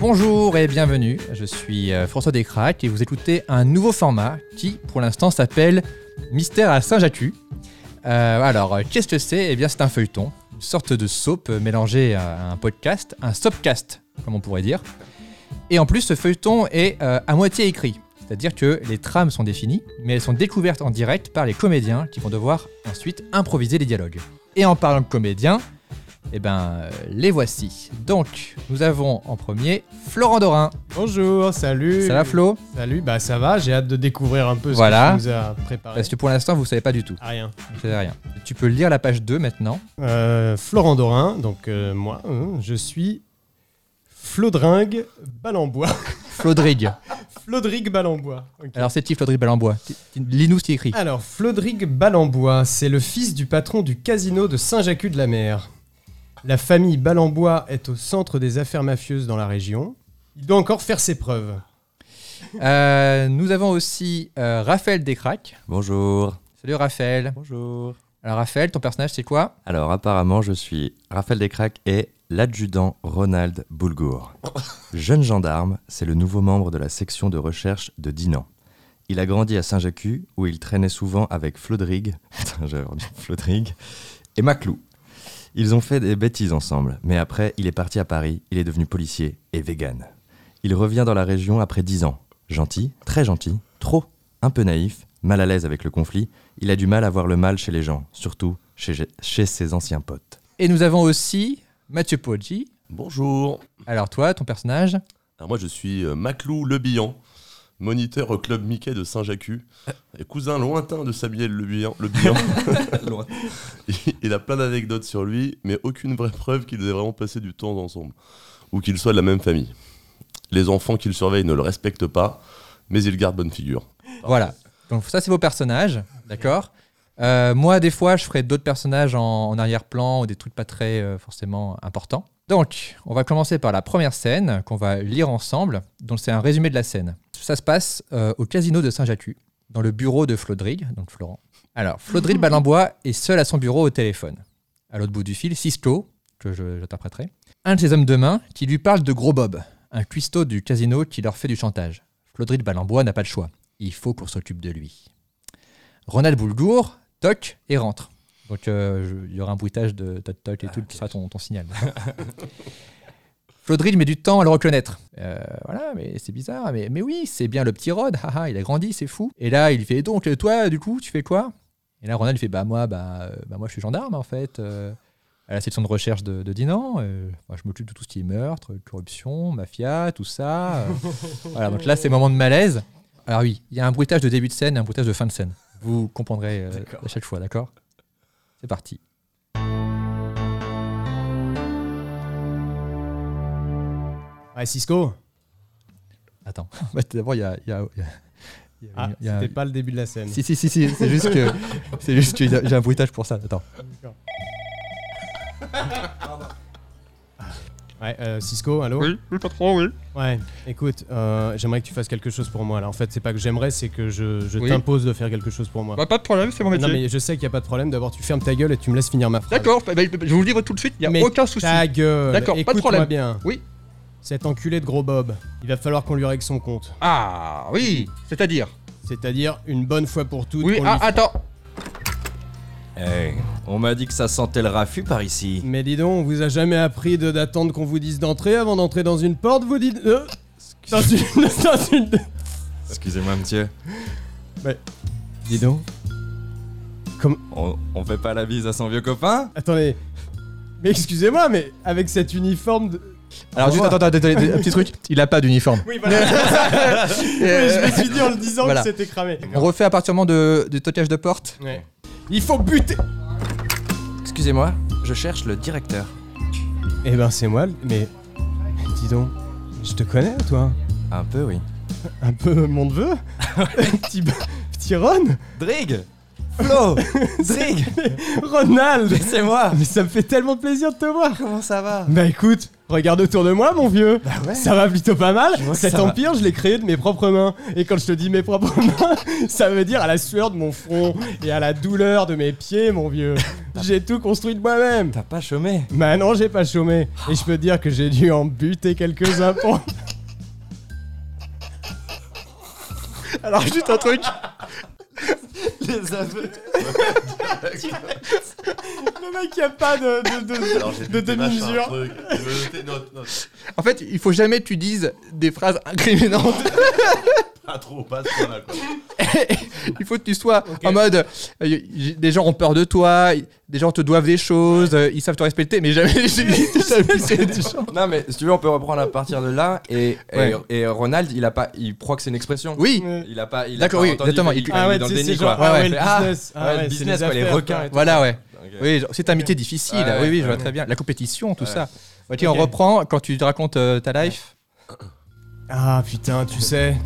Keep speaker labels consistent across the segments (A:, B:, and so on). A: Bonjour et bienvenue, je suis euh, François Descraques et vous écoutez un nouveau format qui pour l'instant s'appelle Mystère à Saint-Jacques. Euh, alors euh, qu'est-ce que c'est Eh bien c'est un feuilleton, une sorte de soap mélangée à un podcast, un soapcast comme on pourrait dire. Et en plus ce feuilleton est euh, à moitié écrit, c'est-à-dire que les trames sont définies mais elles sont découvertes en direct par les comédiens qui vont devoir ensuite improviser les dialogues. Et en parlant de comédiens, eh ben, euh, les voici. Donc, nous avons en premier Florent Dorin.
B: Bonjour, salut.
A: Ça va Flo
B: Salut, bah ça va, j'ai hâte de découvrir un peu ce
A: Voilà. Bah,
B: que tu nous as préparé.
A: Parce que pour l'instant, vous savez pas du tout.
B: Ah, rien.
A: Vous savez rien. Tu peux lire la page 2 maintenant.
B: Euh, Florent Dorin, donc euh, moi, hein, je suis Flodringue Balambois.
A: Flodrigue.
B: Flodrigue Balambois. ok.
A: Alors, c'est qui Flodrigue Balambois Ti- ti- Lis-nous ce qui est écrit.
B: Alors, Flodrigue Balambois, c'est le fils du patron du casino de Saint-Jacques-de-la-Mer. La famille Balambois est au centre des affaires mafieuses dans la région. Il doit encore faire ses preuves.
A: Euh, nous avons aussi euh, Raphaël Descraques.
C: Bonjour.
A: Salut Raphaël.
C: Bonjour.
A: Alors, Raphaël, ton personnage, c'est quoi
C: Alors apparemment, je suis Raphaël Descraques et l'adjudant Ronald Boulgour. Jeune gendarme, c'est le nouveau membre de la section de recherche de Dinan. Il a grandi à Saint-Jacques où il traînait souvent avec Flodrig, putain, j'avais entendu Flodrig et Maclou. Ils ont fait des bêtises ensemble, mais après, il est parti à Paris, il est devenu policier et vegan. Il revient dans la région après 10 ans. Gentil, très gentil, trop, un peu naïf, mal à l'aise avec le conflit, il a du mal à voir le mal chez les gens, surtout chez, chez ses anciens potes.
A: Et nous avons aussi Mathieu Poggi.
D: Bonjour.
A: Alors, toi, ton personnage
D: Alors moi je suis euh, Maclou Le Bihan, moniteur au club Mickey de Saint-Jacques, et cousin lointain de Samuel Le Bihan. Le Bihan. Loin. Il- Il a plein d'anecdotes sur lui, mais aucune vraie preuve qu'ils aient vraiment passé du temps ensemble, ou qu'ils soient de la même famille. Les enfants qu'il surveille ne le respectent pas, mais il garde bonne figure.
A: Voilà. Donc ça, c'est vos personnages, d'accord Euh, Moi, des fois, je ferai d'autres personnages en, en arrière-plan ou des trucs pas très euh, forcément importants. Donc, on va commencer par la première scène qu'on va lire ensemble. Donc, c'est un résumé de la scène. Ça se passe euh, au casino de Saint-Jacques, dans le bureau de Flodrig, donc Florent. Alors, Flodrig Balambois est seul à son bureau au téléphone. À l'autre bout du fil, Cisco, que je, je t'apprêterai, un de ses hommes de main qui lui parle de Gros Bob, un cuistot du casino qui leur fait du chantage. Flodrig Balambois n'a pas le choix il faut qu'on s'occupe de lui. Ronald Boulgour toc et rentre. Donc euh, je- il y aura un bruitage de toc toc et tout qui sera ton, ton signal. Flodril met du temps à le reconnaître. Euh, voilà, mais c'est bizarre. Mais, mais oui, c'est bien le petit Rod. haha, il a grandi, c'est fou. Et là, il lui fait donc euh, toi, du coup, tu fais quoi Et là, Ronald il fait bah moi, bah, euh, bah, moi, je suis gendarme en fait. euh, à la section de recherche de, de Dinan, euh, moi, je m'occupe de tout ce qui est meurtre, corruption, mafia, tout ça. euh. voilà, donc là, c'est moment de malaise. Alors oui, il y a un bruitage de début de scène et un bruitage de fin de scène. Vous comprendrez euh, à chaque fois, d'accord C'est parti.
B: Ouais, Cisco,
A: Attends. Bah, D'abord, il y a... il y a- il y a- il y a-
B: ah,
A: il y a-
B: c'était pas le début de la scène.
A: Si, si, si, si, c'est juste que, c'est juste que j'ai un bruitage pour ça. Attends.
B: Ouais, euh, Cisco, allô
E: Oui, oui, patron, oui.
B: Ouais, écoute, euh, j'aimerais que tu fasses quelque chose pour moi. Là. En fait, c'est pas que j'aimerais, c'est que je, je
E: Oui.
B: t'impose de faire quelque chose pour moi.
E: Bah, pas de problème, c'est mon métier.
B: non, mais je sais qu'il n'y a pas de problème. D'abord, tu fermes ta gueule et tu me laisses finir ma phrase.
E: D'accord, bah, bah, je vous le livre tout de suite, il n'y a
B: Mais
E: aucun souci.
B: Ta gueule.
E: D'accord, pas de
B: Écoute-moi
E: problème.
B: bien.
E: Oui.
B: Cet enculé de gros Bob, il va falloir qu'on lui règle son compte.
E: Ah, oui, c'est-à-dire.
B: C'est-à-dire, une bonne fois pour toutes.
E: Oui,
B: qu'on
E: ah,
B: lui-
E: attends.
C: Hey, on m'a dit que ça sentait le raffut par ici.
B: Mais dis donc, on vous a jamais appris de- d'attendre qu'on vous dise d'entrer avant d'entrer dans une porte, vous dites. euh, dans une- dans une-
C: Excusez-moi, monsieur.
B: Dis donc.
C: On, on fait pas la bise à son vieux copain
B: Attendez. Mais excusez-moi, mais avec cet uniforme de.
A: Alors juste, attends, attends, attends, attends, un petit truc. Il a pas d'uniforme.
B: Oui, voilà. Oui,
E: Euh,
B: je me suis dit en le disant
A: Voilà.
B: que c'était cramé.
A: On refait à partir du moment de, de toquage de porte.
B: Ouais. Il faut buter
C: Excusez-moi, je cherche le directeur.
B: Eh ben c'est moi, mais... mais dis donc, je te connais toi
C: Un peu, oui.
B: Un peu mon neveu petit, ba- petit Ron
C: Drig Flo Drig
B: Ronald
C: C'est moi
B: Mais ça me fait tellement plaisir de te voir
C: Comment ça va Bah
B: Bah écoute, regarde autour de moi mon vieux
C: ouais.
B: Ça va plutôt pas mal
C: vois que
B: Cet
C: ça va.
B: empire, je l'ai créé de mes propres mains. Et quand je te dis mes propres mains, ça veut dire à la sueur de mon front et à la douleur de mes pieds mon vieux. J'ai tout construit de moi-même.
C: T'as pas chômé
B: Bah non, j'ai pas chômé. Et je peux dire que j'ai dû en buter quelques-uns pour...
E: Alors, juste un truc.
C: Les aveux
B: Le mec, y a pas de... de- de-
D: Alors, j'ai
B: De
D: noté machin,
B: demi-mesure.
D: truc. Je vais noter, note, note.
E: En fait, il faut jamais que tu dises des phrases incriminantes.
D: Pas trop, pas ce point-là, quoi.
E: Il faut que tu sois
A: En mode, euh, y- y- des gens ont peur de toi, y- des gens te doivent des choses, euh, ils savent te respecter, mais jamais j'ai jamais des gens.
C: Non, mais si tu veux, on peut reprendre à partir de là. Et, et-
A: Ouais.
C: et Ronald, il a pas, il croit que c'est une expression.
A: Oui,
C: Il a pas. il a
A: D'accord,
C: pas
A: oui,
C: entendu,
A: exactement,
C: Il,
A: il-
C: il
B: Ah
C: est
B: ouais,
C: dans le
B: c'est
C: déni,
B: ces
C: quoi.
B: gens. Ah
A: Ouais,
B: ouais, le
C: ouais. Ah,
B: business.
C: ouais, le
B: c'est
C: business,
B: les
C: quoi, les
B: affaires,
C: requins et tout.
A: voilà, ouais.
C: Ok.
A: Oui, genre, c'est un métier difficile,
C: Ouais,
A: oui, oui, je vois
C: ouais.
A: très bien. La compétition, tout
C: Ouais.
A: ça. Ok,
B: Ok.
A: on reprend quand tu te racontes euh, ta life.
B: Ah putain, tu sais,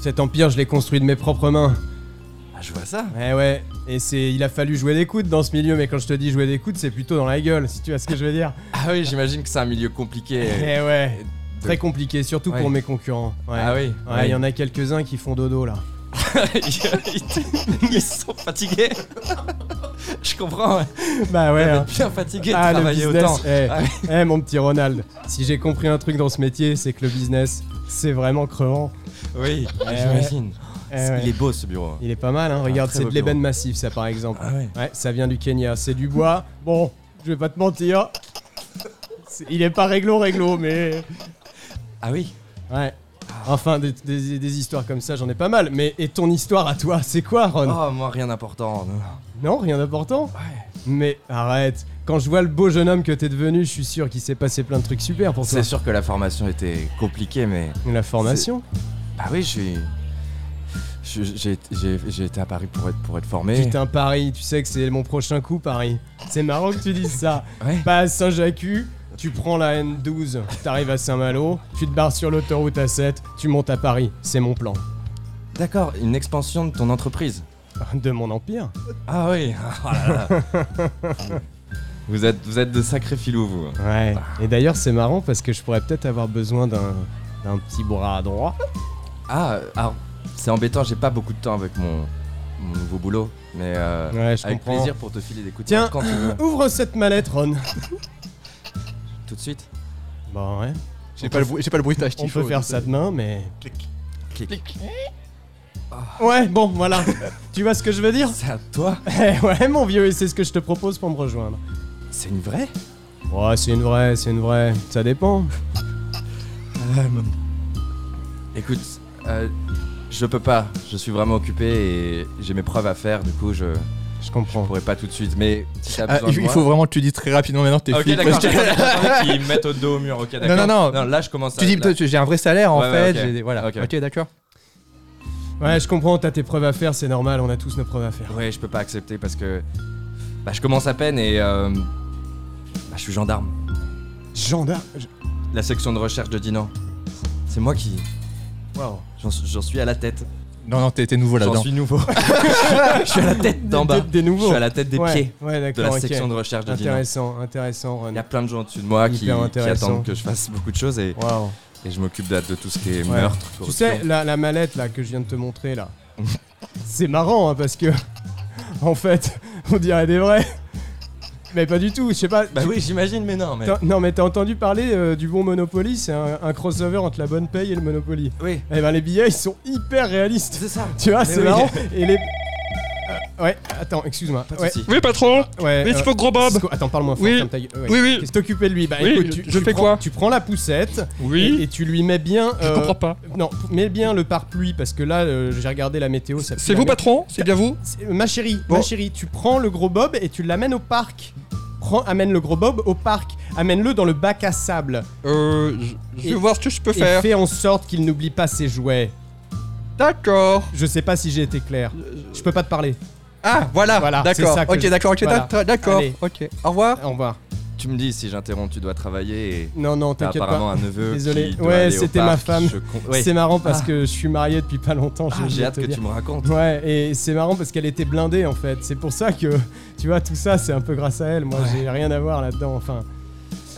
B: cet empire, je l'ai construit de mes propres mains.
C: Ah, je vois ça.
B: Ouais, Eh ouais. Et c'est, il a fallu jouer des coudes dans ce milieu, mais quand je te dis jouer des coudes, c'est plutôt dans la gueule, si tu vois ce que je veux dire.
C: Ah oui, j'imagine que c'est un milieu compliqué.
B: Eh ouais.
C: De-
B: Très compliqué, surtout
C: Ouais.
B: pour mes concurrents. Ouais.
C: Ah oui.
B: Ouais, il y en a quelques-uns qui font dodo là.
C: Ils sont fatigués. Je comprends. ouais.
B: bah ouais. hein.
C: Bien fatigué de
B: Ah, le
C: travailler
B: business.
C: autant.
B: Eh,
C: Ah
B: eh, mon petit Ronald, si j'ai compris un truc dans ce métier, c'est que le business, c'est vraiment crevant.
C: Oui,
B: ouais.
C: j'imagine.
B: Eh ouais.
C: Il est beau ce bureau.
B: Il est pas mal, hein. Regarde,
C: très
B: c'est
C: beau
B: de l'ébène massif, ça par exemple.
C: Ah ouais.
B: Ouais, ça vient du Kenya, c'est du bois. Bon, je vais pas te mentir. C'est- Il est pas réglo réglo, mais
C: Ah oui.
B: ouais. Enfin, des, des- des histoires comme ça, j'en ai pas mal. Mais et ton histoire à toi, c'est quoi, Ron
C: Oh, moi, rien d'important. non.
B: Non, rien d'important. Mais arrête. Quand je vois le beau jeune homme que t'es devenu, je suis sûr qu'il s'est passé plein de trucs super pour toi.
C: C'est sûr que la formation était compliquée, mais.
B: La formation.
C: Bah oui, je suis. je- J'ai j'ai- j'ai été à Paris pour être, pour être formé.
B: Putain, Paris, tu sais que c'est mon prochain coup, Paris. C'est marrant que tu dises ça.
C: Ouais.
B: Pas à Saint-Jacques, tu prends la N12, t'arrives à Saint-Malo, tu te barres sur l'autoroute A7, tu montes à Paris. C'est mon plan.
C: D'accord, une expansion de ton entreprise.
B: De mon empire
C: Ah oui. Oh là là. vous, êtes, vous êtes de sacrés filous, vous. hein.
B: Ouais. Et d'ailleurs, c'est marrant parce que je pourrais peut-être avoir besoin d'un d'un petit bras droit.
C: Ah, alors, c'est embêtant, j'ai pas beaucoup de temps avec mon, mon nouveau boulot, mais euh,
B: Ouais, je
C: avec
B: comprends.
C: plaisir pour te filer des coups de
B: Tiens.
C: main quand tu veux.
B: Ouvre cette mallette, Ron.
C: Tout de suite.
B: Bon, ouais.
E: J'ai pas, le bruit- j'ai pas le bruitage
B: On
E: qu'il faut.
B: peut faire ça demain, mais.
D: Clic.
E: Clic.
B: Ouais, bon, voilà. tu vois ce que je veux dire
C: C'est à toi
B: Eh ouais, mon vieux, et c'est ce que je te propose pour me rejoindre.
C: C'est une vraie
B: Ouais, c'est une vraie, c'est une vraie. Ça dépend.
C: Écoute, euh, je peux pas, je suis vraiment occupé et j'ai mes preuves à faire, du coup je,
B: Je
C: je
B: comprends.
C: pourrais pas tout de suite, mais si t'as
A: Ah,
C: besoin de
A: il
C: moi...
A: faut vraiment que tu dis très rapidement maintenant tes
C: Ok,
A: filles,
C: d'accord,
A: parce que-
C: j'attendais- j'attendais qu'ils me mettent au dos au mur, ok, d'accord.
A: non, non.
C: là je commence
A: Tu
C: à...
A: dis,
C: là-
A: j'ai un vrai salaire en
C: Ouais, ouais,
A: fait.
C: ok.
A: j'ai des- Voilà,
C: Ok.
A: ok, d'accord.
B: Ouais, je comprends, t'as tes preuves à faire, c'est normal, on a tous nos preuves à faire.
C: Ouais, je peux pas accepter parce que... Bah je commence à peine et... euh, bah, je suis gendarme.
B: Gendarme euh,
C: La section de recherche de Dinan. C'est moi qui.
B: Wow.
C: J'en j'en suis à la tête.
A: Non, non, t'es t'es nouveau
C: J'en
A: là-dedans.
C: suis nouveau. je suis à la tête d'en bas.
B: Des, des
C: Je
B: nouveaux.
C: suis à la tête des
B: ouais,
C: pieds
B: Ouais,
C: de la
B: d'accord, ok.
C: section de recherche de Dinan.
B: Intéressant, intéressant, Ron.
C: Il y a plein de gens au-dessus de moi qui,
B: Hyper
C: qui
B: intéressant.
C: attendent que je fasse beaucoup de choses et,
B: Waouh.
C: et je m'occupe de, de tout ce qui est
B: Ouais.
C: meurtre.
B: Tu
C: corruption.
B: sais, la, la mallette là que je viens de te montrer là, c'est marrant hein, parce que en fait, on dirait des vrais, mais pas du tout. Je sais pas.
C: Bah
B: tu-
C: oui, j'imagine, mais non, mais.
B: t'as- Non, mais t'as entendu parler euh, du bon Monopoly C'est un, un crossover entre la bonne paye et le Monopoly.
C: Oui,
B: Eh ben, les billets ils sont hyper réalistes.
C: c'est ça.
B: Tu vois,
C: Mais
B: c'est
C: oui.
B: marrant. Et les. Euh, ouais, attends, excuse-moi.
C: Pas de
B: Ouais,
C: soucis.
E: Oui, patron.
B: ouais.
E: Mais
B: euh,
E: tu peux gros Bob.
B: Sco- Attends, parle-moi fort.
E: Oui.
B: ferme ta gueule. Ouais.
E: Oui, oui.
B: Qu'est-ce que t'occupais de lui Bah
E: Oui,
B: écoute, tu,
E: je
B: tu
E: fais
B: prends-
E: quoi
B: Tu prends la poussette et,
E: Oui.
B: et tu lui mets bien.
E: Je
B: euh,
E: comprends pas.
B: non, mets bien le parapluie parce que là, euh, j'ai regardé la météo. ça pue
E: C'est
B: la
E: vous,
B: merde.
E: patron C'est bien vous
B: C'est- Ma chérie,
E: Bon.
B: ma chérie, tu prends le gros bob et tu l'amènes au parc. Prends, amène le gros bob au parc. Amène-le dans le bac à sable
E: Euh. je- Je
B: Et-
E: vais voir ce que je peux
B: et
E: faire.
B: fais en sorte qu'il n'oublie pas ses jouets.
E: D'accord.
B: Je sais pas si j'ai été clair. Je peux pas te parler.
A: Ah, voilà,
B: Voilà, c'est
A: d'accord.
B: ça que
A: Ok,
B: je-
A: d'accord, ok,
B: voilà.
A: d'accord, d'accord.
B: Allez.
A: Ok, au revoir.
B: Au revoir.
C: Tu me dis si j'interromps, tu dois travailler et.
B: Non, non,
C: T'as
B: t'inquiète
C: Bah, apparemment
B: pas.
C: un neveu.
B: Désolé.
C: qui doit
B: Ouais,
C: aller au
B: c'était ma
C: parc,
B: femme.
C: je con- Ouais.
B: C'est marrant parce
C: Ah.
B: que je suis marié depuis pas longtemps.
C: Ah,
B: je- je
C: J'ai
B: vais
C: hâte
B: te
C: que
B: dire.
C: tu me racontes.
B: Ouais, et c'est marrant parce qu'elle était blindée en fait. C'est pour ça que, tu vois, tout ça, c'est un peu grâce à elle. Moi, j'ai rien à voir là-dedans. Enfin,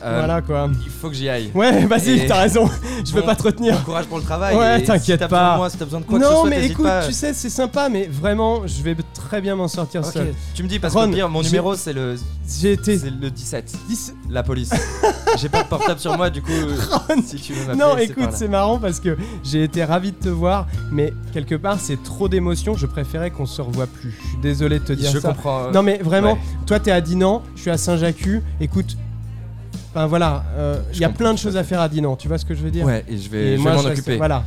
C: Euh,
B: Voilà quoi.
C: Il faut que j'y aille.
B: Ouais, vas-y,
C: et-
B: t'as raison. Je peux
C: Bon,
B: pas te retenir.
C: Bon courage pour le travail.
B: Ouais,
C: et si
B: t'inquiète
C: t'as
B: pas.
C: besoin de moi, si t'as besoin de quoi que ce
B: non,
C: soit,
B: mais
C: t'hésites
B: écoute,
C: pas.
B: tu sais, c'est sympa, mais vraiment, je vais très bien m'en sortir
C: Ok,
B: seul.
C: Tu me dis parce
B: Ron,
C: que pire, mon
B: j'ai-
C: numéro c'est le
B: J'ai été.
C: c'est le 17,
B: dix-
C: la police. J'ai pas de portable sur moi du coup euh,
B: Ron,
C: si tu veux m'appeler.
B: Non,
C: c'est
B: écoute,
C: par là.
B: c'est marrant parce que j'ai été ravi de te voir, mais quelque part, c'est trop d'émotions. Je préférais qu'on se revoie plus. Je suis désolé de te dire
C: je
B: ça.
C: comprends. euh,
B: Non, mais vraiment,
C: ouais.
B: toi, t'es à Dinan, je suis à Saint-Jacques. Écoute, ben voilà, il
C: Je
B: y a
C: comprends
B: plein de
C: tout
B: choses
C: à
B: à faire à Dinan, tu vois ce que je veux dire
C: Ouais, et je vais,
B: Et
C: je vais
B: moi,
C: m'en
B: je reste-
C: occuper.
B: Voilà.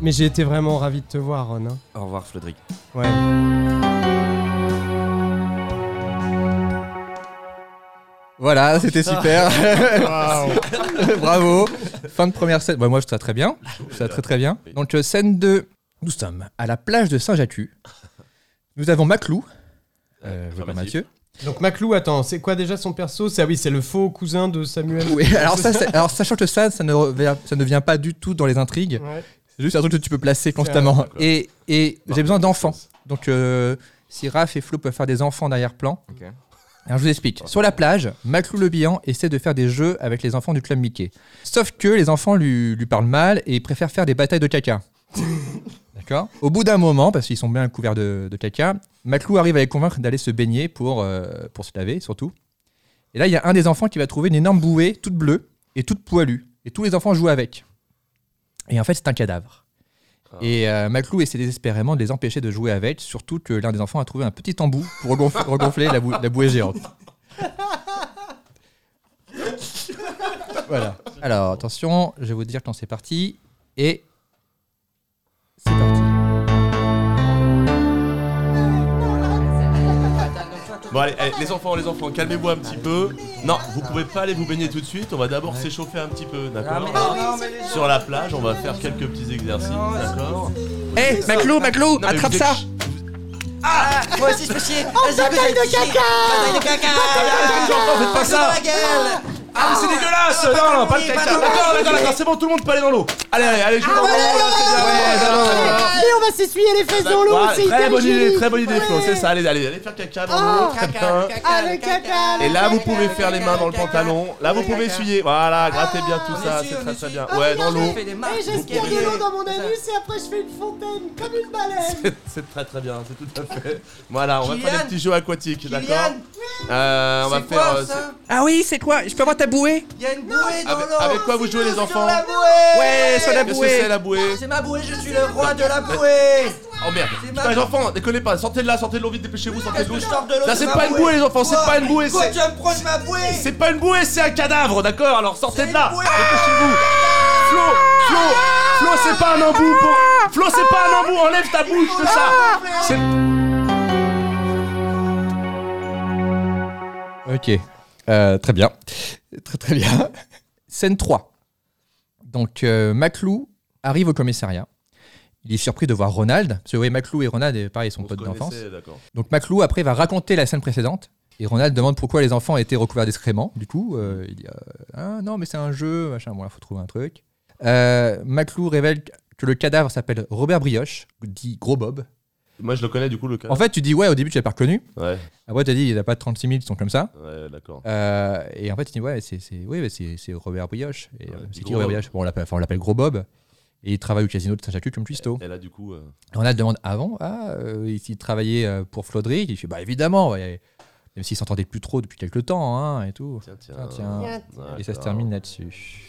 B: Mais j'ai été vraiment ravi de te voir, Ron. hein.
C: Au revoir, Flodric.
B: Ouais.
A: Voilà, c'était super. Bravo. Fin de première scène. Bah, moi, je trouve ça très bien. Je trouve ça très très bien. Donc, euh, scène 2. Nous sommes à la plage de Saint-Jacques. Nous avons Maclou, euh, joué par Mathieu.
B: Donc, Maclou, attends, c'est quoi déjà son perso C'est- Ah oui, c'est le faux cousin de Samuel.
A: Oui, alors, ça, c'est- alors sachant que ça, ça ne, revient- ça ne vient pas du tout dans les intrigues.
B: Ouais.
A: C'est juste un truc que tu peux placer constamment.
D: d'accord.
A: Et, et j'ai besoin d'enfants.
D: Marc,
A: Donc, euh, si Raph et Flo peuvent faire des enfants en arrière-plan.
C: Ok.
A: Alors, je vous explique. Sur la plage, Maclou le bihan essaie de faire des jeux avec les enfants du club Mickey. Sauf que les enfants lui, lui parlent mal et préfèrent faire des batailles de caca. D'accord Au bout d'un moment, parce qu'ils sont bien couverts de, de caca, Maclou arrive à les convaincre d'aller se baigner pour, euh, pour se laver, surtout. Et là, il y a un des enfants qui va trouver une énorme bouée toute bleue et toute poilue. Et tous les enfants jouent avec. Et en fait, c'est un cadavre. Et euh, Maclou essaie désespérément de les empêcher de jouer avec, surtout que l'un des enfants a trouvé un petit embout pour regonf- regonfler la, bou- la bouée géante. voilà. Alors, attention, je vais vous dire quand c'est parti. Et c'est parti.
D: Bon allez, allez, les enfants, les enfants, calmez-vous un petit peu. Non, vous pouvez pas aller vous baigner tout de suite. On va d'abord s'échauffer un petit peu,
C: Ah, mais-
D: d'accord
C: non, mais-
D: Sur la plage, on va faire quelques petits exercices, d'accord
A: Hé, Maclou, Maclou,
D: Non, mais
A: Eh, attrape
D: vous êtes
A: ça
D: ch- Ah,
F: Moi aussi je peux chier Vas-y, Oh, bataille de caca Bataille de caca
C: faites pas ça.
F: Dans la gueule
D: Ah, mais c'est dégueulasse Non, non, pas le caca D'accord, d'accord, d'accord, c'est bon, tout le monde peut aller dans l'eau Allez, allez, allez, je
F: Ah,
D: vais dans l'eau, là, c'est bien.
F: Et on va s'essuyer les fesses dans
D: Voilà, Très bonne idée, très bonne idée, Flo, c'est ça, allez, allez, allez faire caca dans l'eau, très bien.
F: Ah, le caca
D: Et là, vous pouvez faire les mains dans le pantalon, là, vous pouvez essuyer, voilà, grattez bien tout
C: Ah, on
D: ça,
C: essuie,
D: c'est
C: on
D: très très
C: essuie.
D: bien. Ah, Ouais, dans l'eau,
C: Fais des marques,
D: j'aspire
C: vous
D: de
C: pouvez-
F: mon et après je fais une fontaine comme une baleine
D: C'est- c'est très très bien, c'est tout à fait. Voilà, on va faire
C: Kylian
D: des petits jeux aquatiques, d'accord
C: Kylian,
D: Euh, On va
C: c'est quoi,
D: faire. euh, Ah,
C: ça
A: Ah oui, c'est quoi Je peux avoir ta bouée
C: Il y a une bouée dans
D: avec,
C: l'eau.
D: avec quoi vous jouez, les enfants
A: Ouais, sur la
D: Qu'est-ce que
A: bouée
D: c'est la bouée
C: C'est ma bouée, je suis le roi de la bouée.
D: Oh merde Putain, les enfants, décollez pas, sortez de là, sortez de l'eau vite, dépêcez-vous, sortez de l'eau.
C: Je sors de l'eau.
D: Ça,
C: de
D: c'est
C: ma
D: pas une bouée, les enfants, c'est
C: Quoi
D: pas une bouée,
C: Quoi,
D: c'est.
C: tu vas me prendre ma bouée
D: C'est pas une bouée, c'est un cadavre, d'accord Alors sortez de là
C: une bouée.
D: Dépêchez-vous Flo Flo Flo, c'est pas un embout pour... Flo, c'est pas un embout, enlève ta bouche de ça C'est-
A: Ok, Euh, très bien. Très très bien. Scène 3. Donc euh, Maclou arrive au commissariat. Il est surpris de voir Ronald. Parce que oui, Maclou et Ronald, euh, pareil, ils sont
D: On se
A: potes d'enfance.
D: connaissait, d'accord.
A: Donc Maclou, après, va raconter la scène précédente. Et Ronald demande pourquoi les enfants étaient recouverts d'excréments. Du coup, euh, il dit euh, Ah non, mais c'est un jeu, machin. Bon, là, faut trouver un truc. Euh, Maclou révèle que le cadavre s'appelle Robert Brioche, dit Gros Bob.
D: Moi, je le connais, du coup, le cas.
A: En fait, tu dis Ouais, au début, tu l'as pas reconnu.
D: Ouais,
A: Après, tu as dit Il n'y a pas de 36 000 qui sont comme ça.
D: ouais, d'accord.
A: Euh, et en fait, il dit ouais, c'est c'est- oui, mais c'est c'est Robert Brioche. Et, euh, c'est qui
D: Gros
A: Robert
D: Bob.
A: Brioche Bon, on l'appelle enfin, on l'appelle Gros Bob. Et il travaille au casino de Saint-Jacques comme cuistot.
D: Et là, du coup... euh,
A: Ronald demande avant, ah, euh, il- il travaillait euh, pour Flodric. Il fait bah évidemment, ouais. même s'il s'entendait plus trop depuis quelques temps, hein, et tout.
D: Tiens, tiens.
A: Tiens, tiens. Et ça se
D: D'accord.
A: termine là-dessus.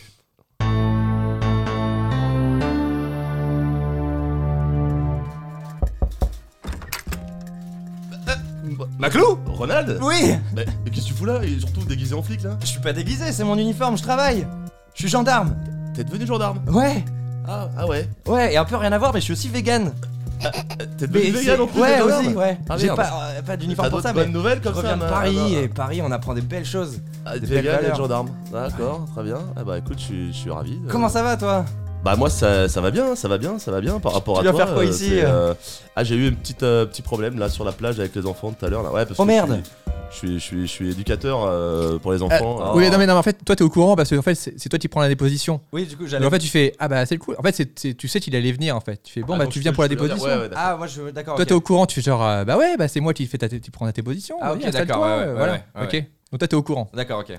D: Maclou Ronald
C: Oui,
D: Mais mais qu'est-ce que tu fous là Et surtout déguisé en flic là
C: je suis pas déguisé, c'est mon uniforme, je travaille. Je suis gendarme.
D: T'es devenu gendarme
C: Ouais,
D: Ah, ah ouais
C: ouais, et un peu rien à voir, mais je suis aussi vegan.
D: Euh,
C: Euh,
D: T'es devenu
C: Mais
D: vegan
C: c'est-
D: en plus
C: Ouais,
D: d'être
C: aussi,
D: gendarme
C: ouais.
D: Ah,
C: J'ai
D: merde.
C: pas, euh, pas
D: T'as
C: d'uniforme pour
D: Ah, d'autres
C: ça, mais
D: bonnes nouvelles
C: je
D: comme ça
C: reviens de
D: mais-
C: Paris
D: ah, bah,
C: et Paris, on apprend des belles choses.
D: Ah,
C: Des
D: t'es
C: belles
D: vegan et
C: valeurs.
D: gendarme. D'accord, très bien. Ah bah écoute, je suis, je suis ravi. euh,
C: Comment ça va, toi
D: Bah moi ça, ça va bien, ça va bien, ça va bien par rapport
C: Tu
D: à
C: viens
D: toi.
C: faire quoi ici,
D: c'est,
C: euh
D: euh, Ah j'ai eu un petit euh, petit problème là sur la plage avec les enfants tout à l'heure là. Ouais parce
C: Oh,
D: que
C: merde.
D: Je suis, je suis, je suis, je suis éducateur euh, pour les enfants. Ah.
A: Oui, non, mais non, mais en fait, toi, t'es au courant parce que en fait, c'est c'est toi qui prends la déposition.
C: Oui, du coup,
A: Donc,
C: j'allais.
A: en fait, tu fais ah bah c'est le coup. En fait, c'est- c'est- tu sais qu'il allait venir en fait. Tu fais bon
D: Ah,
A: bah
D: donc,
A: tu
D: je
A: viens
D: peux-
A: pour la
D: je peux le dire.
A: déposition.
D: Ouais, ouais, d'accord.
C: Ah, moi, je. D'accord.
A: Toi,
C: ok.
A: t'es au courant, tu fais genre, euh, bah ouais, bah c'est moi qui fais ta, tu prends ta déposition.
C: Ah,
A: oui,
C: ok,
A: installe-toi,
C: d'accord, ouais,
A: euh,
C: ouais,
A: voilà.
C: ouais, ouais,
A: ok.
C: ouais.
A: Donc toi, t'es au courant.
C: D'accord, ok.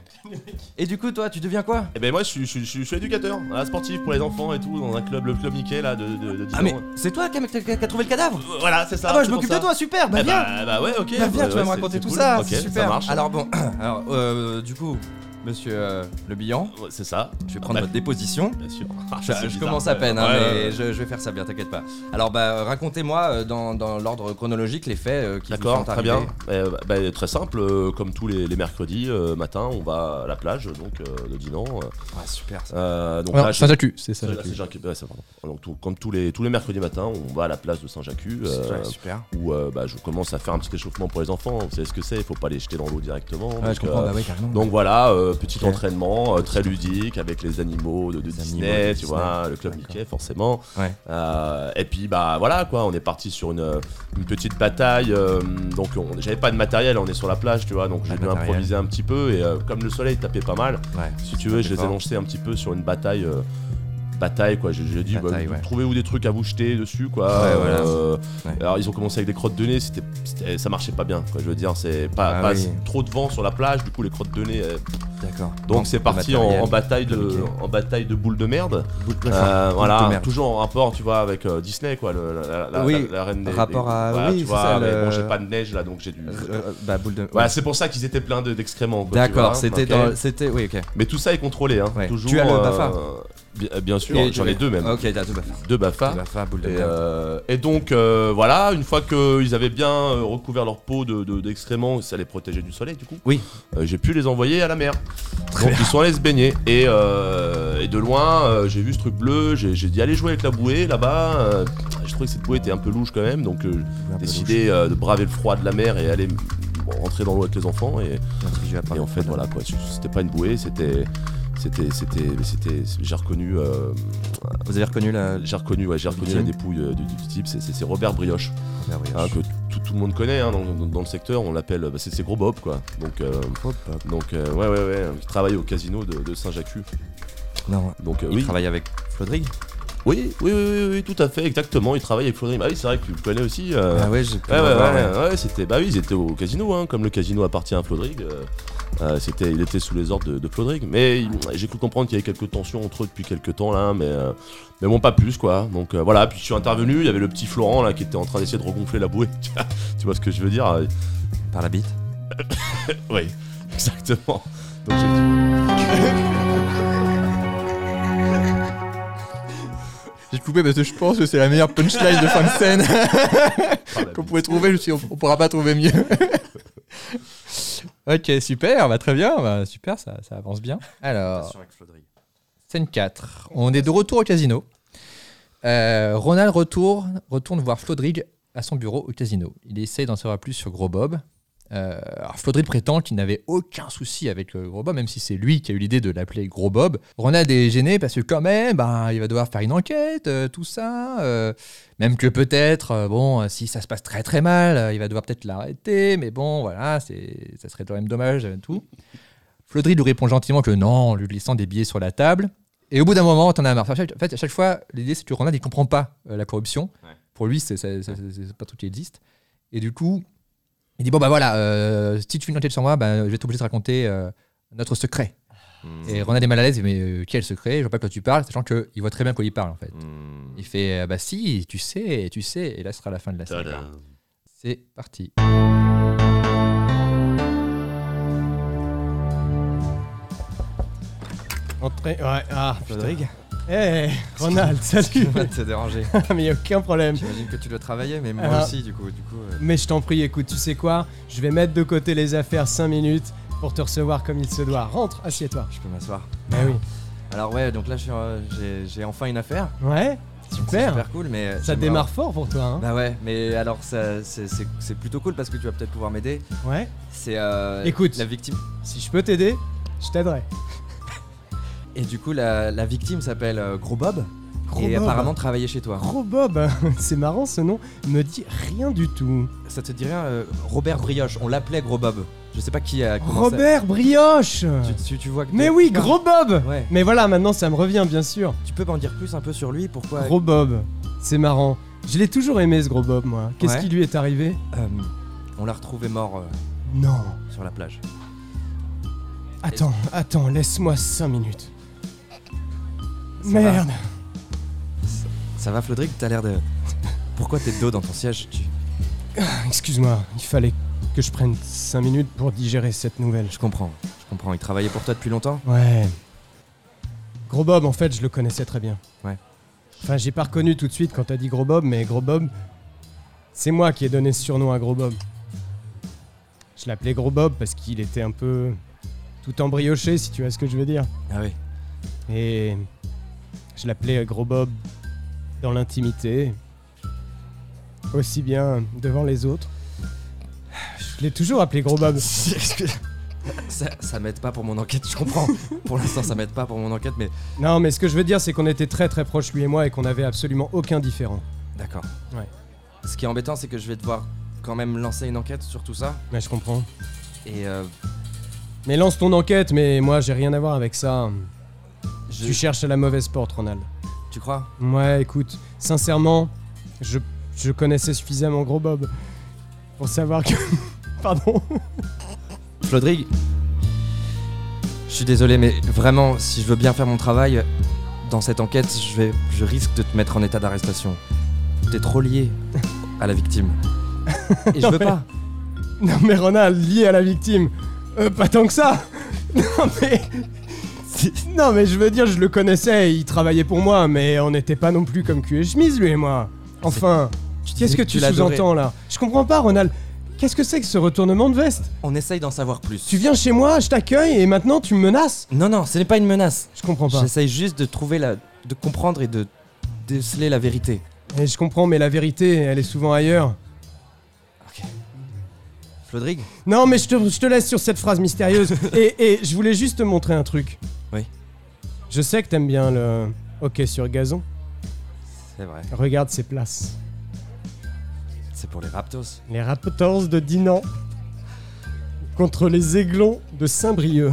C: Et du coup, toi, tu deviens quoi
D: Et ben moi, je suis, je suis- je suis- je suis éducateur, voilà, sportif pour les enfants et tout, dans un club, le club Mickey là, de, de, de 10
C: Ah, mais
D: ans.
C: c'est toi qui as qui a trouvé le cadavre
D: Euh, Voilà, c'est ça.
C: Ah, bah, je
D: c'est pour
C: m'occupe
D: ça.
C: de toi, super Bah,
D: Eh
C: viens
D: bah, bah ouais,
C: Bah,
D: ok.
C: viens,
D: Ouais,
C: tu vas
D: ouais,
C: me
D: c'est-
C: raconter
D: c'est
C: tout
D: cool.
C: ça,
D: Ok,
C: c'est super
D: ça marche.
C: Alors, bon, alors, euh, du coup, monsieur euh, Le Bihan,
D: Ouais, c'est ça,
C: je vais
D: bah.
C: prendre votre déposition.
D: bien sûr. Ah,
C: Je,
D: C'est
C: je
D: bizarre,
C: commence à
D: ouais.
C: peine, hein,
D: Ouais,
C: mais
D: ouais, ouais.
C: Je, je vais faire ça bien, t'inquiète pas. Alors, bah, euh, racontez-moi euh, dans, dans l'ordre chronologique les faits euh, qui vous
D: D'accord,
C: sont
D: très
C: arrivés.
D: bien. Eh, bah, bah, très simple, euh, comme tous les, les mercredis euh, matin, on va à la plage, donc euh, de Dinan. euh.
C: Ouais, super. Ça.
D: Euh, donc
A: Non,
D: là, je-
A: Saint-Jacques, c'est ça.
D: Saint-Jacques, Saint-Jacques, ouais, c'est- pardon. Donc, tout- comme tous les, tous les mercredis matins, on va à la place de Saint-Jacques euh,
C: Ouais, super.
D: où euh, bah, je commence à faire un petit échauffement pour les enfants. Vous savez ce que c'est, il faut pas les jeter dans l'eau directement.
C: Ouais, je
D: donc,
C: comprends,
D: euh,
C: bah oui, carrément.
D: donc voilà, euh, petit
C: Ok.
D: entraînement euh, très ludique avec les animaux de, de
C: Les animaux
D: Disney,
C: de
D: tu
C: Disney.
D: vois, le club
C: D'accord.
D: Mickey forcément.
C: Ouais.
D: Euh, et puis bah voilà quoi, on est parti sur une, euh, une petite bataille. euh, donc on- j'avais pas de matériel, on est sur la plage, tu vois, donc
C: Pas
D: j'ai
C: de
D: dû
C: matériel.
D: improviser un petit peu. Et euh, comme le soleil tapait pas mal,
C: Ouais.
D: si tu veux, je les ai
C: D'accord.
D: lancés un petit peu sur une bataille. euh, bataille quoi, j'ai j'ai dit, bah,
C: Bataille, ouais.
D: trouvez-vous des trucs à vous jeter dessus quoi.
C: Ouais, voilà.
D: Euh,
C: Ouais.
D: Alors ils ont commencé avec des crottes de nez, c'était, c'était- ça marchait pas bien quoi, je veux dire, c'est pas,
C: Ah
D: pas
C: oui.
D: trop de vent sur la plage, du coup les crottes de nez. euh,
C: D'accord.
D: donc c'est parti en, en bataille de,
C: compliqué.
D: en bataille de boules de merde.
C: Bout de
D: Euh,
C: de
D: voilà,
C: merde.
D: toujours en rapport, tu vois, avec euh, Disney, quoi, le- la, la- la-
C: Oui,
D: la- la reine des.
C: rapport
D: des-
C: à-
D: voilà,
C: oui,
D: tu
C: c'est
D: vois,
C: ça,
D: mais
C: le-
D: bon, j'ai pas de neige là, donc j'ai du.
C: Euh, bah, boule de.
D: Voilà, c'est pour ça qu'ils étaient pleins de- d'excréments. quoi, tu
C: D'accord,
D: vois,
C: c'était
D: ok.
C: dans. C'était. Oui, ok.
D: Mais tout ça est contrôlé, hein.
C: Ouais.
D: Toujours.
C: Tu as le Bafa
D: bi- euh, Bien sûr,
C: Et
D: j'en
C: tu-
D: ai deux même.
C: Ok, t'as deux baffes.
D: Deux Bafa.
C: Deux baffes, boule de
D: Et,
C: merde.
D: euh, et donc euh, voilà, une fois qu'ils avaient bien euh, recouvert leur peau de- de- d'excréments, ça les protégeait du soleil du coup.
C: Oui.
D: Euh, j'ai pu les envoyer à la mer. donc ils sont allés se baigner. Et, euh, et de loin, euh, j'ai vu ce truc bleu, j'ai j'ai dit allez jouer avec la bouée là-bas. Euh, je trouvais que cette bouée était un peu louche quand même, donc euh,
C: Un
D: j'ai
C: peu
D: décidé euh, de braver le froid de la mer et aller m- rentrer dans l'eau avec les enfants. Et,
C: louche. Parce que j'ai appris
D: et en fait voilà quoi, c'était pas une bouée, c'était... C'était, c'était, c'était, j'ai reconnu, euh,
C: Vous avez reconnu la.
D: j'ai reconnu, ouais, j'ai reconnu
C: Victime.
D: la dépouille euh, du, du type, c'est- c'est c'est Robert Brioche.
C: Ah, oui,
D: Ah, que tout, tout le monde connaît hein, dans, dans- dans le secteur, on l'appelle, bah, c'est c'est gros Bob quoi. Donc, euh,
C: Hop, hop.
D: donc euh, ouais, ouais, ouais, qui travaille au casino de, de Saint-Jacques.
C: Non,
D: Donc, euh,
C: il
D: oui.
C: travaille avec Flodrig
D: oui, oui, oui, oui, oui, tout à fait, exactement. Il travaille avec Flodrim. Ah oui, c'est vrai que tu le connais aussi. euh,
C: Ah ouais, j'ai pu
D: ouais,
C: le
D: ouais,
C: voir,
D: ouais, ouais, c'était, bah oui, ils étaient au casino, hein, comme le casino appartient à Flodrig. euh, euh, c'était, il était sous les ordres de, de Flodrig. Mais il- j'ai cru comprendre qu'il y avait quelques tensions entre eux depuis quelques temps là, mais, euh, mais bon, pas plus quoi. Donc euh, voilà, puis je suis intervenu, il y avait le petit Florent là qui était en train d'essayer de regonfler la bouée. tu vois- tu vois ce que je veux dire euh,
C: Par la bite.
D: Oui, exactement. Donc j'ai
A: J'ai coupé parce que je pense que c'est la meilleure punchline de fin de scène
D: ah, bah,
A: qu'on pouvait trouver. Je me suis dit, on, on pourra pas trouver mieux. ok, super, bah, très bien, bah, super, ça, ça avance bien.
C: Ah.
A: Alors, scène 4. On est de retour au casino. Euh, Ronald retourne, retourne voir Flodrig à son bureau au casino. Il essaie d'en savoir plus sur Gros Bob. Euh, alors Flodrig prétend qu'il n'avait aucun souci avec euh, Gros Bob, même si c'est lui qui a eu l'idée de l'appeler Gros Bob. Ronald est gêné parce que quand même, bah, il va devoir faire une enquête, euh, tout ça. euh, même que peut-être, euh, bon, euh, si ça se passe très très mal, euh, il va devoir peut-être l'arrêter. Mais bon, voilà, c'est, ça serait quand même dommage euh, tout. Flodrig lui répond gentiment que non, en lui glissant des billets sur la table. Et au bout d'un moment, t'en as marre. En fait, à chaque fois, l'idée, c'est que Ronald, il comprend pas euh, la corruption. Pour lui, c'est c'est- c'est- c'est- c'est pas tout qui existe. Et du coup, il dit Bon, bah voilà, euh, si tu fais une enquête sur moi, bah, je vais t'obliger de raconter euh, notre secret. Et Ronald est mal à l'aise, il dit, mais euh, quel secret Je vois pas de quoi tu parles, sachant qu'il voit très bien de quoi il parle en fait. Il fait Ah Bah si, tu sais, tu sais, et là ce sera la fin de la série.
D: Ah,
A: C'est parti.
D: ben.
B: Entrée. Ouais, ah, Eh, Ronald, salut
C: Excuse-moi de te déranger.
B: Mais y a aucun problème.
C: J'imagine que tu dois travailler, mais moi
B: Ah.
C: aussi, du coup. Du coup euh,
B: Mais je t'en prie, écoute, tu sais quoi Je vais mettre de côté les affaires 5 minutes pour te recevoir comme il se doit. Rentre, assieds-toi.
C: je peux m'asseoir.
B: Bah oui.
C: Alors, ouais, donc là, je suis, euh, j'ai j'ai enfin une affaire.
B: Ouais,
C: C'est
B: super.
C: super cool, mais. euh,
B: Ça
C: j'aimerais-
B: démarre fort pour toi, hein
C: Bah ouais, mais alors, ça- c'est c'est- c'est plutôt cool parce que tu vas peut-être pouvoir m'aider.
B: Ouais.
C: C'est. euh,
B: Écoute.
C: La victime.
B: Si je peux t'aider, je t'aiderai.
C: Et du coup, la, la victime s'appelle euh, Gros Bob.
B: Gros
C: et
B: Bob.
C: apparemment, travaillait chez toi.
B: Gros Bob, c'est marrant ce nom, me dit rien du tout.
C: Ça te dit rien, euh, Robert Brioche, on l'appelait Gros Bob. Je sais pas qui a commencé.
B: Robert Brioche
C: Tu, tu- tu vois que.
B: Mais
C: t'es-
B: oui,
C: Putain.
B: Gros Bob
C: Ouais.
B: Mais voilà, maintenant ça me revient bien sûr.
C: Tu peux m'en dire plus un peu sur lui Pourquoi
B: Gros Bob, c'est marrant. Je l'ai toujours aimé ce Gros Bob, moi. Qu'est-ce
C: Ouais.
B: qui lui est arrivé
C: Euh, On l'a retrouvé mort euh,
B: Non.
C: sur la plage.
B: Attends, attends, laisse-moi 5 minutes.
C: Ça
B: Merde
C: Ça va, Flodric T'as l'air de. Pourquoi t'es de dos dans ton siège Tu-
B: Excuse-moi, il fallait que je prenne 5 minutes pour digérer cette nouvelle.
C: Je comprends. Je comprends. Il travaillait pour toi depuis longtemps
B: Ouais. Gros Bob, en fait, je le connaissais très bien.
C: Ouais.
B: Enfin, j'ai pas reconnu tout de suite quand t'as dit Gros Bob, mais Gros Bob, c'est moi qui ai donné ce surnom à Gros Bob. Je l'appelais Gros Bob parce qu'il était un peu tout embrioché, si tu vois ce que je veux dire.
C: Ah oui.
B: Et je l'appelais Gros Bob dans l'intimité, aussi bien devant les autres. Je l'ai toujours appelé Gros Bob.
C: ça ça m'aide pas pour mon enquête, je comprends. pour l'instant, ça m'aide pas pour mon enquête, mais.
B: Non, mais ce que je veux dire, c'est qu'on était très très proches, lui et moi, et qu'on avait absolument aucun différent.
C: D'accord.
B: Ouais.
C: Ce qui est embêtant, c'est que je vais devoir quand même lancer une enquête sur tout ça.
B: Mais je comprends.
C: Et euh,
B: Mais lance ton enquête, mais moi j'ai rien à voir avec ça.
C: je-
B: Tu cherches à la mauvaise porte, Ronald.
C: tu crois
B: Ouais, écoute, sincèrement, je, je connaissais suffisamment Gros Bob pour savoir que. Pardon.
C: Flodrig Je suis désolé, mais vraiment, si je veux bien faire mon travail, dans cette enquête, je, vais, je risque de te mettre en état d'arrestation. T'es trop lié à la victime. Et je
B: Non,
C: veux
B: mais-
C: pas.
B: Non, mais Ronald, lié à la victime. Euh, pas tant que ça Non, mais. Non, mais je veux dire, je le connaissais, il travaillait pour moi, mais on n'était pas non plus comme cul et chemise, lui et moi. Enfin,
C: Tu disais
B: qu'est-ce que tu
C: l'adorais.
B: sous-entends là Je comprends pas, Ronald. Qu'est-ce que c'est que ce retournement de veste
C: On essaye d'en savoir plus.
B: Tu viens chez moi, je t'accueille et maintenant tu me menaces
C: Non, non, ce n'est pas une menace.
B: Je comprends pas.
C: J'essaye juste de trouver la. de comprendre et de déceler la vérité.
B: Et Eh, je comprends, mais la vérité, elle est souvent ailleurs.
C: Flodrig
B: Non, mais je te, je te laisse sur cette phrase mystérieuse. et, et je voulais juste te montrer un truc.
C: Oui.
B: Je sais que t'aimes bien le hockey sur gazon.
C: C'est vrai,
B: Regarde ces places.
C: c'est pour les Raptors.
B: Les Raptors de Dinan contre les Aiglons de Saint-Brieuc.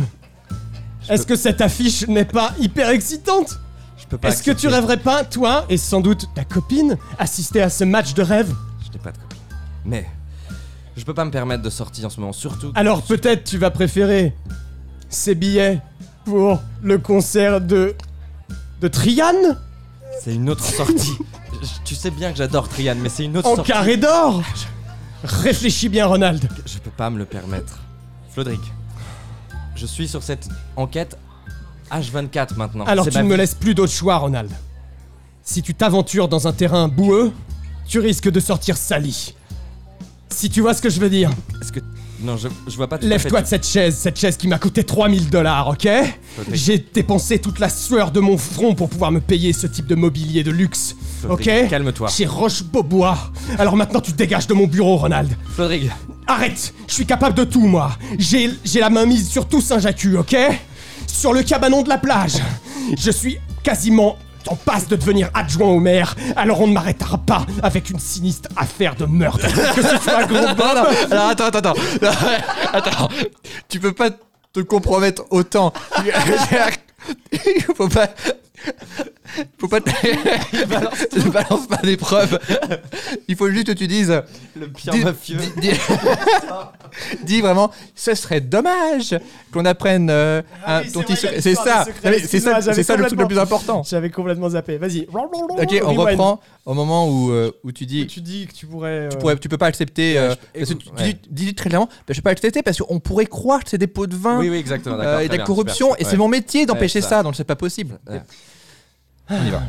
C: Je
B: Est-ce
C: peux-
B: que cette affiche n'est pas hyper excitante
C: Je peux pas.
B: Est-ce que tu
C: accepter.
B: rêverais pas, toi, et sans doute ta copine, assister à ce match de rêve
C: Je n'ai pas de copine. Mais. Je peux pas me permettre de sortir en ce moment, surtout.
B: Alors peut-être tu vas préférer ces billets pour le concert de. de Trian
C: C'est une autre sortie. Je- tu sais bien que j'adore Trian, mais c'est une autre
B: en
C: sortie.
B: carré d'or Réfléchis bien, Ronald.
C: Je peux pas me le permettre. Flodric, je suis sur cette enquête H24 maintenant.
B: Alors
C: C'est
B: tu
C: ma
B: ne me
C: vie.
B: laisses plus d'autre choix, Ronald. Si tu t'aventures dans un terrain boueux, tu risques de sortir sali. Si tu vois ce que je veux dire,
C: Est-ce que. Non, je, je vois pas tout à
B: lève-toi
C: fait.
B: de cette chaise, cette chaise qui m'a coûté 3000 dollars, ok
C: Faudrait-
B: J'ai dépensé toute la sueur de mon front pour pouvoir me payer ce type de mobilier de luxe, ok
C: Flodrig, Calme-toi.
B: Chez Roche-Beaubois. Alors maintenant, tu te dégages de mon bureau, Ronald.
C: Flodrig,
B: Arrête Je suis capable de tout, moi. J'ai j'ai la main mise sur tout Saint-Jacques, ok Sur le cabanon de la plage. Je suis quasiment en passe de devenir adjoint au maire, alors on ne m'arrêtera pas avec une sinistre affaire de meurtre. Que ce soit gros
E: Non, non, alors, attends, attends, attends. Non, attends. Tu peux pas te compromettre autant. Faut pas. Faut pas. Te... Je balance pas des preuves. Il faut juste que tu dises.
C: le pire
E: Dis-
C: mafieux.
E: dis- dis- dis vraiment, ce serait dommage qu'on apprenne euh, un-
B: Ah oui,
E: ton
B: c'est
E: petit
B: vrai, il y a
E: secret. C'est
B: l'histoire
E: ça,
B: des secrets.
E: Non, mais c'est ça,
B: Excuse-moi, j'avais
E: c'est ça le truc le plus
B: complètement-
E: important.
B: J'avais complètement zappé. Vas-y.
E: Ok, on reprend au moment où, euh, où tu dis
B: Tu dis que tu pourrais. euh,
E: tu, pourrais- tu peux pas accepter. euh,
C: je-
E: parce que
C: écoute,
E: tu
C: ouais.
E: dis, dis très clairement, bah, je peux pas accepter parce qu'on pourrait croire que c'est des pots de vin
A: Hein
C: Oui, oui, exactement.
E: euh,
C: d'accord, très
E: et de la
C: bien,
E: corruption,
C: super,
E: et
C: ouais.
E: c'est mon métier d'empêcher
C: Ouais, ça.
E: ça. donc c'est pas possible.
C: Ouais.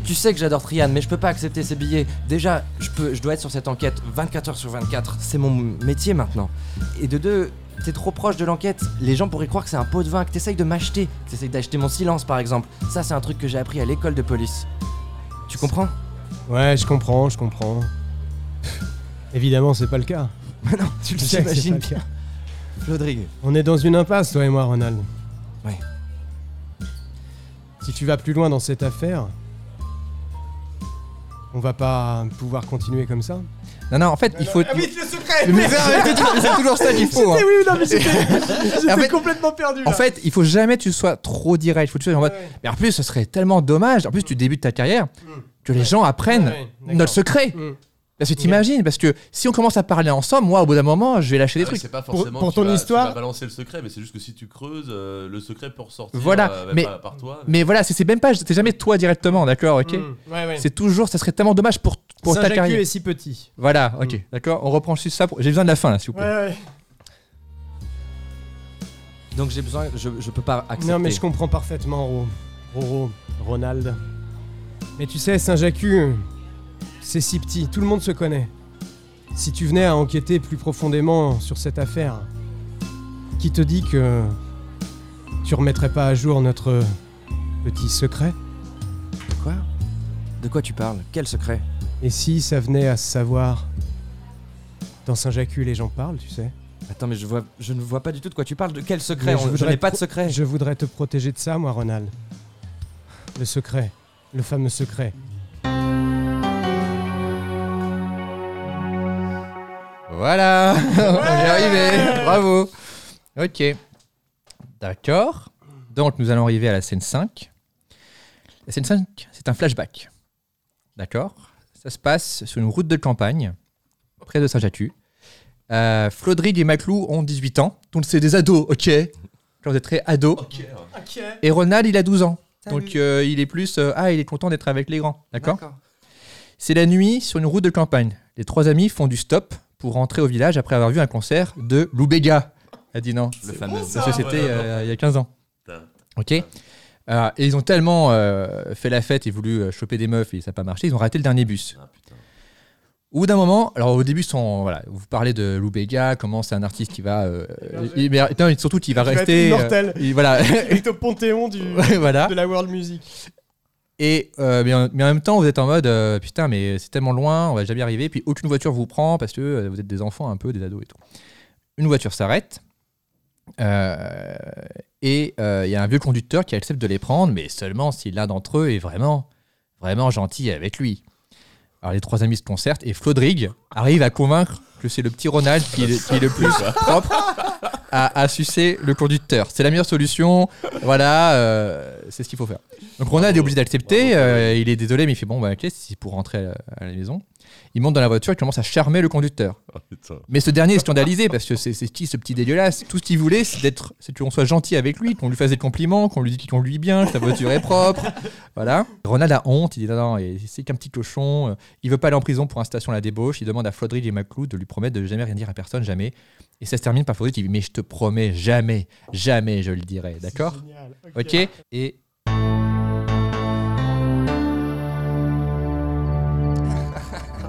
C: Tu sais que j'adore Trian, mais je peux pas accepter ces billets. Déjà, je, peux, je dois être sur cette enquête 24 heures sur 24. C'est mon métier maintenant. Et de deux, t'es trop proche de l'enquête. Les gens pourraient croire que c'est un pot de vin, que t'essayes de m'acheter, que t'essayes d'acheter mon silence par exemple. Ça, c'est un truc que j'ai appris à l'école de police. Tu comprends
B: Ouais, je comprends, je comprends. Évidemment, c'est pas le cas.
C: Mais non,
B: Je
C: tu
B: sais que c'est
C: j'imagine
B: pas le cas.
C: Flodrig.
B: On est dans une impasse, toi et moi, Ronald.
C: Ouais.
B: Si tu vas plus loin dans cette affaire, on va pas pouvoir continuer comme ça.
E: Non, non, en fait, il faut.
B: le secret
E: Mais c'est- c'est- c'est toujours ça qu'il faut. hein.
B: oui, non, mais
E: En fait-
B: complètement perdu.
E: En fait, il faut jamais que tu sois trop direct. Il faut que tu sois en mode. Mais en plus, ce serait tellement dommage. En plus, tu débutes ta carrière que les gens apprennent
B: Ouais, ouais, d'accord.
E: notre secret.
A: Parce que t'imagines, parce que si on commence à parler ensemble, moi, au bout d'un moment, je vais lâcher des
D: Ah ouais,
A: trucs.
D: C'est pas
B: Pour-
D: forcément
B: pour
D: tu
B: ton
D: vas-
B: histoire-
D: Tu vas balancer le secret, mais c'est juste que si tu creuses, euh, le secret peut ressortir
A: Voilà,
D: euh,
A: mais-
D: par, par toi.
A: Mais voilà, c'est c'est même pas, c'est jamais toi directement, d'accord, ok
B: Mm. Ouais, ouais.
A: C'est toujours, ça serait tellement dommage pour, pour ta
B: Saint-Jacques
A: carrière.
B: est si petit.
A: Voilà, ok, d'accord, on reprend juste ça. pour- J'ai besoin de la fin, là, s'il vous plaît.
E: Donc j'ai besoin, je, je peux pas accepter.
B: Non, mais je comprends parfaitement, Ro. Roro, Ronald. Mais tu sais, Saint-Jacques, c'est si petit, tout le monde se connaît. Si tu venais à enquêter plus profondément sur cette affaire, qui te dit que tu remettrais pas à jour notre petit secret
E: Quoi De quoi tu parles Quel secret
B: Et si ça venait à se savoir Dans Saint-Jacques, les gens parlent, tu sais.
E: Attends, mais je vois, je ne vois pas du tout de quoi tu parles. De quel secret
B: Mais
E: On-
B: je
E: Je,
B: voudrais
E: n'ai pas
B: pro-
E: de secret.
B: Je voudrais te protéger de ça, moi, Ronald. Le secret. Le fameux secret.
A: Voilà, on est arrivé, bravo. Ok, d'accord. Donc nous allons arriver à la scène 5. La scène 5, c'est un flashback. D'accord Ça se passe sur une route de campagne, près de Saint-Jacques. Euh, Flodrig et Maclou ont 18 ans, donc c'est des ados, ok Quand vous êtes très ados. Et Ronald, il a 12 ans. Donc euh, il est plus, euh, ah, il est content d'être avec les grands, d'accord c'est la nuit sur une route de campagne. Les trois amis font du stop pour rentrer au village après avoir vu un concert de Lou Bega. Elle dit non.
C: Le fameux.
A: Parce que
D: Ah,
A: c'était euh, il y a 15 ans.
D: Putain.
A: Ok Euh, Et ils ont tellement euh, fait la fête et voulu euh, choper des meufs et ça n'a pas marché, ils ont raté le dernier bus.
D: Ah, putain.
A: Au bout d'un moment, alors au début, sont, voilà, vous parlez de Lou Bega, comment c'est un artiste qui va. euh, émer- non, surtout qui va
B: Qui va être
A: rester. euh,
B: immortel.
A: il- voilà.
B: Il est au panthéon du,
A: Ouais, voilà.
B: de la world music.
A: Et euh, mais, en, mais en même temps, vous êtes en mode euh, putain, mais c'est tellement loin, on va jamais y arriver. Puis aucune voiture vous prend parce que euh, vous êtes des enfants un peu, des ados et tout. Une voiture s'arrête euh, et euh, il y a un vieux conducteur qui accepte de les prendre, mais seulement si l'un d'entre eux est vraiment, vraiment gentil avec lui. Alors les trois amis se concertent et Flodrig arrive à convaincre que c'est le petit Ronald qui est, le- qui est le plus propre à, à sucer le conducteur. C'est la meilleure solution. Voilà, euh, c'est ce qu'il faut faire. Donc Ronald est obligé d'accepter. euh, il est désolé, mais il fait bon, bah ok, c'est pour rentrer à la, à la maison. Il monte dans la voiture et commence à charmer le conducteur.
D: Ah, putain.
A: Mais ce dernier est scandalisé parce que c'est c'est qui ce petit dégueulasse Tout ce qu'il voulait, c'est d'être, c'est qu'on soit gentil avec lui, qu'on lui fasse des compliments, qu'on lui dise qu'on lui est bien, que sa voiture est propre. Voilà. Ronald a honte, il dit non, non, et c'est qu'un petit cochon. euh, Il veut pas aller en prison pour incitation à la débauche. Il demande à Flodrig et Maclou de lui promettre de jamais rien dire à personne, jamais. Et ça se termine par Flodrig qui dit mais je te promets jamais, jamais je le dirai, d'accord Ok. Et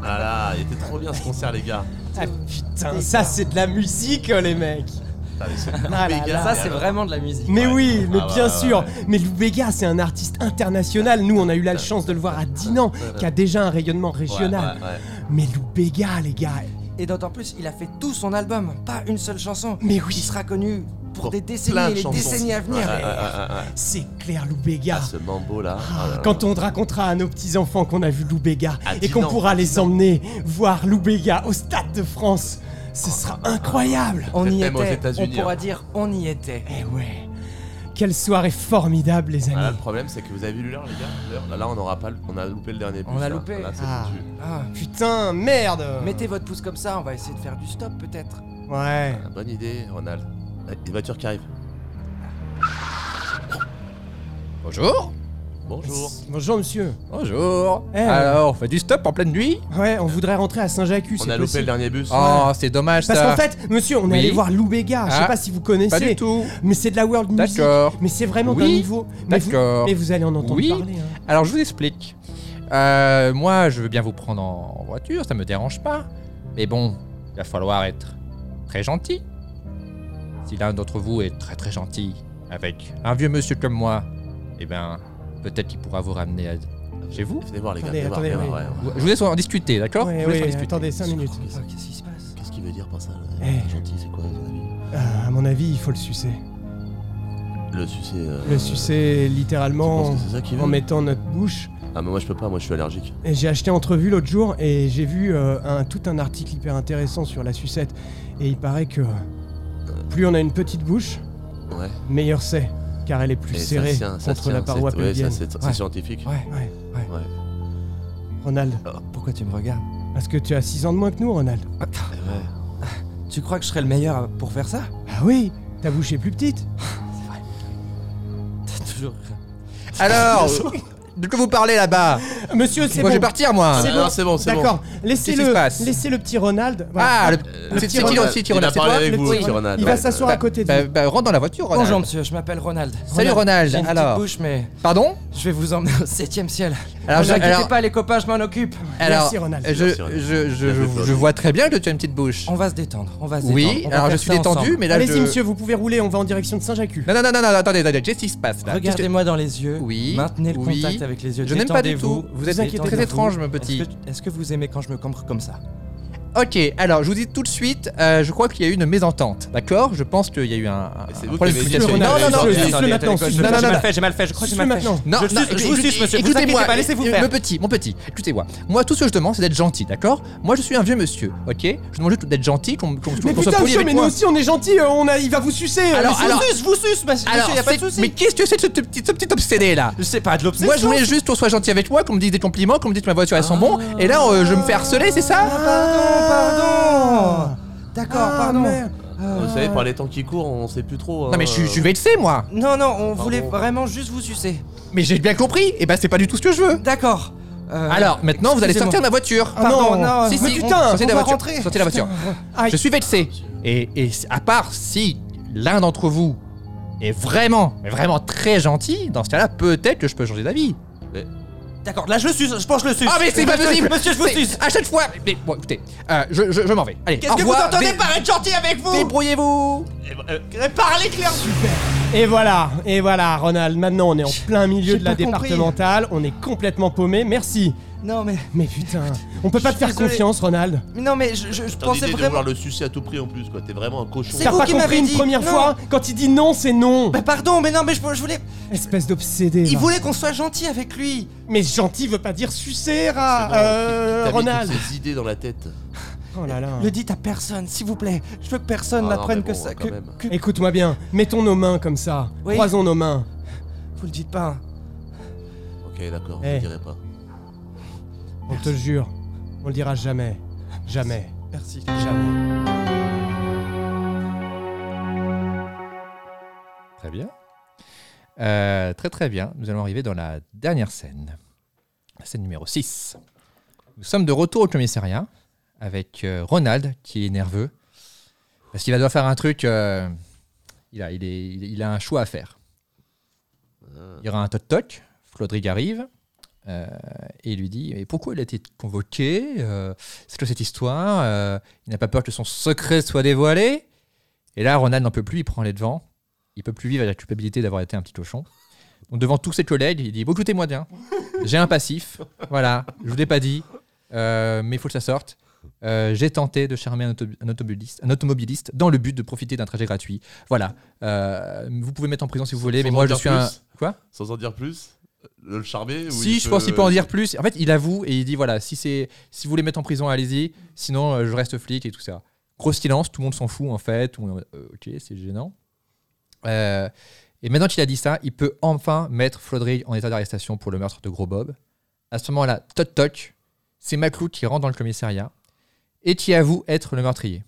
D: Ah là, il était trop bien ce concert, les gars.
B: Ah putain, ça c'est de la musique, les mecs.
D: Putain, mais c'est-
B: Ah là là.
E: Ça, c'est vraiment de la musique.
B: Mais
D: Ouais.
B: oui, mais
D: Ah bah,
B: bien
D: ouais,
B: sûr.
D: ouais.
B: Mais Lou Bega, c'est un artiste international. Nous, on a eu la chance de le voir à Dinan, qui a déjà un rayonnement régional.
D: Ouais, ouais, ouais.
B: Mais Lou Bega, les gars.
E: Et d'autant plus, il a fait tout son album, pas une seule chanson.
B: Mais
E: Il
B: oui,
E: sera connu pour,
D: Pour
E: des
D: plein
E: décennies
D: de
E: et les
D: chansons.
E: décennies à venir.
D: Ah, ah, ah, ah.
B: c'est clair, Lou Bega.
D: Ah, ce mambo là.
B: Ah, Quand on te racontera à nos petits-enfants qu'on a vu Loubega
D: À
B: et qu'on
D: Dinan.
B: pourra les emmener voir Loubega au Stade de France, ce
D: Ah,
B: sera
D: bah,
B: incroyable
E: On y
D: Même aux
E: était. On
D: États-Unis,
E: pourra
D: hein.
E: dire on y était.
B: Eh ouais Quelle soirée formidable, les
D: Voilà,
B: amis
D: Ah le problème, c'est que vous avez vu l'heure, les gars. L'heure, là, là, on aura pas, le- on a loupé le dernier.
E: On
D: bus,
E: a
D: là.
E: loupé.
D: Là, c'est
B: Ah.
D: foutu.
E: Ah,
B: Putain, merde
E: mettez votre pouce comme ça, on va essayer de faire du stop peut-être.
B: Ouais.
D: Ah, bonne idée, Ronald. Ah, Des voitures qui arrivent.
A: bonjour,
D: Bonjour.
B: Bonjour, monsieur.
A: bonjour.
B: Eh.
A: Alors, on fait du stop en pleine nuit
B: Ouais, on voudrait rentrer à Saint-Jacques, c'est
D: On a loupé le
B: possible.
D: dernier bus.
A: Oh, c'est dommage
B: Parce
A: ça.
B: qu'en fait, monsieur, on est
A: Oui.
B: allé voir Loubega. Je sais
A: Ah.
B: pas si vous
A: pas
B: connaissez,
A: du tout.
B: mais c'est de la world music.
A: D'accord.
B: Mais c'est vraiment d'un
A: Oui.
B: niveau. Mais vous,
A: D'accord.
B: mais vous allez en entendre
A: Oui.
B: parler. hein.
A: Alors je vous explique. Euh, moi, je veux bien vous prendre en voiture, ça me dérange pas. Mais bon, il va falloir être très gentil. Si l'un d'entre vous est très très gentil avec un vieux monsieur comme moi, eh ben, peut-être qu'il pourra vous ramener à... chez vous.
D: Venez voir, les gars.
B: Attendez,
D: venez voir,
B: attendez,
D: venez voir, ouais, ouais.
A: Je vous laisse en discuter, d'accord
B: Ouais,
A: Je vous laisse en
B: ouais,
A: discuter.
B: attendez 5 minutes.
E: Qu'est-ce qui se passe
D: Qu'est-ce qu'il veut dire par ça là
B: Eh.
D: Gentil, c'est quoi, à ton avis
B: Ah, à mon avis, il faut le sucer.
D: Le succès. euh,
B: Le sucer
D: tu penses
B: littéralement
D: que c'est ça qu'il
B: en
D: veut
B: mettant notre bouche.
D: Ah, mais moi, je peux pas, moi, je suis allergique.
B: Et j'ai acheté Entrevue l'autre jour et j'ai vu euh, un, tout un article hyper intéressant sur la sucette. Et il paraît que euh, plus on a une petite bouche,
D: Ouais.
B: meilleur c'est, car elle est plus
D: Et ça
B: serrée
D: tient, ça
B: contre
D: tient,
B: la
D: c'est-
B: paroi
D: ouais, ça,
B: pelvienne.
D: c'est c'est
E: Ouais.
D: scientifique.
E: Ouais,
B: Ouais,
D: Ouais.
B: Ronald,
E: pourquoi tu me regardes
B: Parce que tu as 6 ans de moins que nous, Ronald.
G: Tu crois que je serais le meilleur pour faire ça
B: Ah oui Ta bouche est plus petite
G: T'as toujours.
A: Alors, de quoi vous parlez là-bas
B: Monsieur, c'est
A: Moi, je vais
B: bon.
A: partir, moi.
B: C'est
D: Ah Non, c'est bon, c'est bon.
B: D'accord,
A: Qu'est-ce qui
B: laissez-le
A: se passe
B: laissez le petit Ronald. Voilà. Euh,
A: Ah, le,
D: Le
A: c'est
D: petit
A: c'est qui
D: Ronald,
A: aussi, qui
D: il
A: Ronald,
D: a
A: c'est
D: parlé
A: toi
D: avec
B: Le
D: vous,
B: petit
D: petit Ronald.
B: Il
D: Ouais.
B: va s'asseoir à côté de
A: bah,
B: vous.
A: bah, rentre dans la voiture, Ronald.
G: Bonjour monsieur, je m'appelle Ronald.
A: Salut, Ronald.
G: J'ai une
A: Alors-
G: petite bouche mais
A: Pardon
G: je vais vous emmener au 7ème ciel.
A: Alors,
G: ne vous
A: je-
G: inquiétez
A: Ah, alors-
G: pas les copains, je m'en occupe.
A: Alors, euh,
B: Merci, Ronald.
G: Ah,
A: je,
D: Merci, Ronald.
A: je- je-
D: Bien
A: je-
D: joué, toi.
A: je vois très bien que tu as une petite bouche.
G: On va se détendre, on va se détendre.
A: Oui,
G: on va
A: alors je
G: faire
A: suis
G: ça
A: détendu,
G: ensemble.
A: mais là,
B: Allez-y,
A: je... Bah,
B: monsieur, vous pouvez rouler, on va en direction de Saint-Jacques.
A: Non, non, non, non, non, attendez, attendez, qu'est-ce qui se passe là Qu'est-ce que-
G: Regardez-moi dans les yeux.
A: Oui,
G: Maintenez le
A: oui.
G: contact avec les yeux.
A: Je n'aime pas du
G: Détendez-vous,
A: tout. Vous êtes
G: inquiétez
A: très
G: pas.
A: étrange, mon petit.
G: Est-ce que, est-ce que vous aimez quand je me cambre comme ça
A: Ok, alors je vous dis tout de suite, euh, je crois qu'il y a eu une mésentente, d'accord Je pense qu'il y a eu un, un-
D: c'est
A: un
D: vous
A: problème de
D: qui avez dit
A: communication. Non,
D: ça,
A: non,
D: Ronald.
A: non,
D: Attendez,
B: suce-le
G: attendez,
B: maintenant,
G: attendez,
A: non,
B: suce-le
A: non,
G: J'ai
A: non,
B: maintenant.
G: mal fait, j'ai mal fait, je crois que j'ai
B: Suce-le
G: mal fait.
B: maintenant.
A: non,
G: Je
A: non,
G: suce- je
A: écoute-
G: vous suce, monsieur, vous
A: écoutez-moi,
G: inquiétez pas, laissez-vous
A: écoute-
G: faire.
A: Le petit, mon petit, écoutez-moi. Moi, tout ce que je demande, c'est d'être gentil, d'accord Moi, je suis un vieux monsieur, ok Je demande juste d'être gentil, qu'on qu'on-
B: Mais
A: qu'on soit
B: putain,
A: poli
B: monsieur,
A: avec
B: mais nous
A: moi.
B: aussi on est gentils, euh, on a, il va vous sucer. euh,
A: Alors,
B: laissez-le.
A: alors,
G: Je vous suce, monsieur,
A: alors,
G: y a pas de
A: c'est-
G: souci.
A: mais qu'est-ce que c'est que ce petit, ce petit obsédé là
G: Je sais pas, de l'obsession.
A: Moi, je voulais juste qu'on soit gentil avec moi, qu'on me dise des compliments, qu'on me dise que ma voiture elles sont bon,
G: Ah.
A: et là, euh, je me fais harceler, c'est ça
G: Pardon D'accord,
B: Ah,
G: pardon.
B: merde.
D: Vous savez, par les temps qui courent, on sait plus trop. euh,
A: Non, mais je, suis- je suis vexé, moi
G: Non, non, on voulait vraiment juste vous sucer.
A: Mais j'ai bien compris Et bah, c'est pas du tout ce que je veux
G: D'accord. Euh,
A: Alors, maintenant, vous allez
G: excusez-moi.
A: sortir de ma voiture
B: Ah
G: Pardon,
B: non.
G: non.
A: Si,
B: mais
A: si,
B: putain,
A: sortez
G: on
A: de la
G: va
A: voiture.
G: rentrer.
A: Sortez de la voiture.
B: Aïe.
A: Je suis vexé. Et, et à part si l'un d'entre vous est vraiment, mais vraiment très gentil, dans ce cas-là, peut-être que je peux changer d'avis.
G: D'accord, là je le suce, je pense que je le suce.
A: Ah, mais c'est pas possible
G: Monsieur, je vous
A: C'est-
G: suce
A: À chaque fois Mais bon, écoutez, euh, je, je- je m'en vais. Allez,
G: Qu'est-ce
A: au
G: que vous
A: revoir,
G: entendez
A: dé-
G: par être gentil avec vous Eh ben, euh,
A: Débrouillez-vous
G: Parlez clair
B: Et voilà, et voilà, Ronald, maintenant on est en plein milieu
G: J'ai
B: de la
G: pas compris.
B: départementale, on est complètement paumé, merci.
G: Non mais,
B: Mais putain, on peut pas te
G: suis
B: faire
G: désolé.
B: confiance, Ronald.
G: mais non mais, je, je- je
D: T'as l'idée
G: pensais
D: de
G: vraiment...
D: vouloir le sucer à tout prix en plus, quoi. T'es vraiment un cochon.
G: C'est
B: T'as
G: vous
B: pas
G: qui
B: compris
G: m'avez
B: une
G: dit.
B: première
G: Non.
B: fois Quand il dit non, c'est non
G: Bah pardon, mais non mais je, je voulais...
B: Espèce d'obsédé.
G: Il
B: va.
G: voulait qu'on soit gentil avec lui
B: Mais gentil veut pas dire sucer,
D: C'est
B: à
D: drôle, t'as
B: euh,
D: mis
B: Ronald.
D: toutes ces idées dans la tête.
B: Oh là là.
G: Le dites à personne, s'il vous plaît. Je veux que personne
D: Ah
G: n'apprenne
D: non, mais
G: que
D: bon,
G: ça.
D: quand
G: Que,
D: même.
G: que-
B: Écoute-moi bien, mettons nos mains comme ça,
G: Oui.
B: croisons nos mains.
G: Vous le dites pas. hein.
D: Ok, d'accord,
B: Eh.
D: je dirais pas.
B: On te le jure, on le dira jamais. Jamais.
G: Merci.
B: Jamais.
A: Très bien. Euh, très très bien. Nous allons arriver dans la dernière scène. La scène numéro 6. Nous sommes de retour au commissariat avec euh, Ronald qui est nerveux. Parce qu'il va devoir faire un truc. euh, il, a, il, est- il- il a un choix à faire. Il y aura un toc-toc. Flodrig arrive. euh, et il lui dit Et pourquoi il a été convoqué Euh, C'est quoi cette histoire Euh, Il n'a pas peur que son secret soit dévoilé Et là, Ronald n'en peut plus, il prend les devants il peut plus vivre avec la culpabilité d'avoir été un petit cochon. Donc devant tous ses collègues, il dit Bon, écoutez-moi bien, j'ai un passif, voilà, je vous l'ai pas dit, euh, mais il faut que ça sorte. Euh, j'ai tenté de charmer un, auto- un automobiliste, un automobiliste dans le but de profiter d'un trajet gratuit. Voilà, Euh, vous pouvez me mettre en prison si vous voulez,
D: Sans
A: mais
D: en
A: moi je
D: dire
A: suis un
D: plus
A: quoi
D: Sans en dire plus Le le charmer ou
A: Si,
D: il
A: je
D: peut-
A: pense qu'il peut en dire plus. En fait, il avoue et il dit voilà, si c'est si vous voulez mettre en prison, allez-y, sinon euh, je reste flic et tout ça. Gros silence, tout le monde s'en fout en fait. Tout le monde est en mode, Euh, ok, c'est gênant. Euh, et maintenant qu'il a dit ça, il peut enfin mettre Flodrig en état d'arrestation pour le meurtre de Gros Bob. À ce moment-là, toc toc, c'est Maclou qui rentre dans le commissariat et qui avoue être le meurtrier.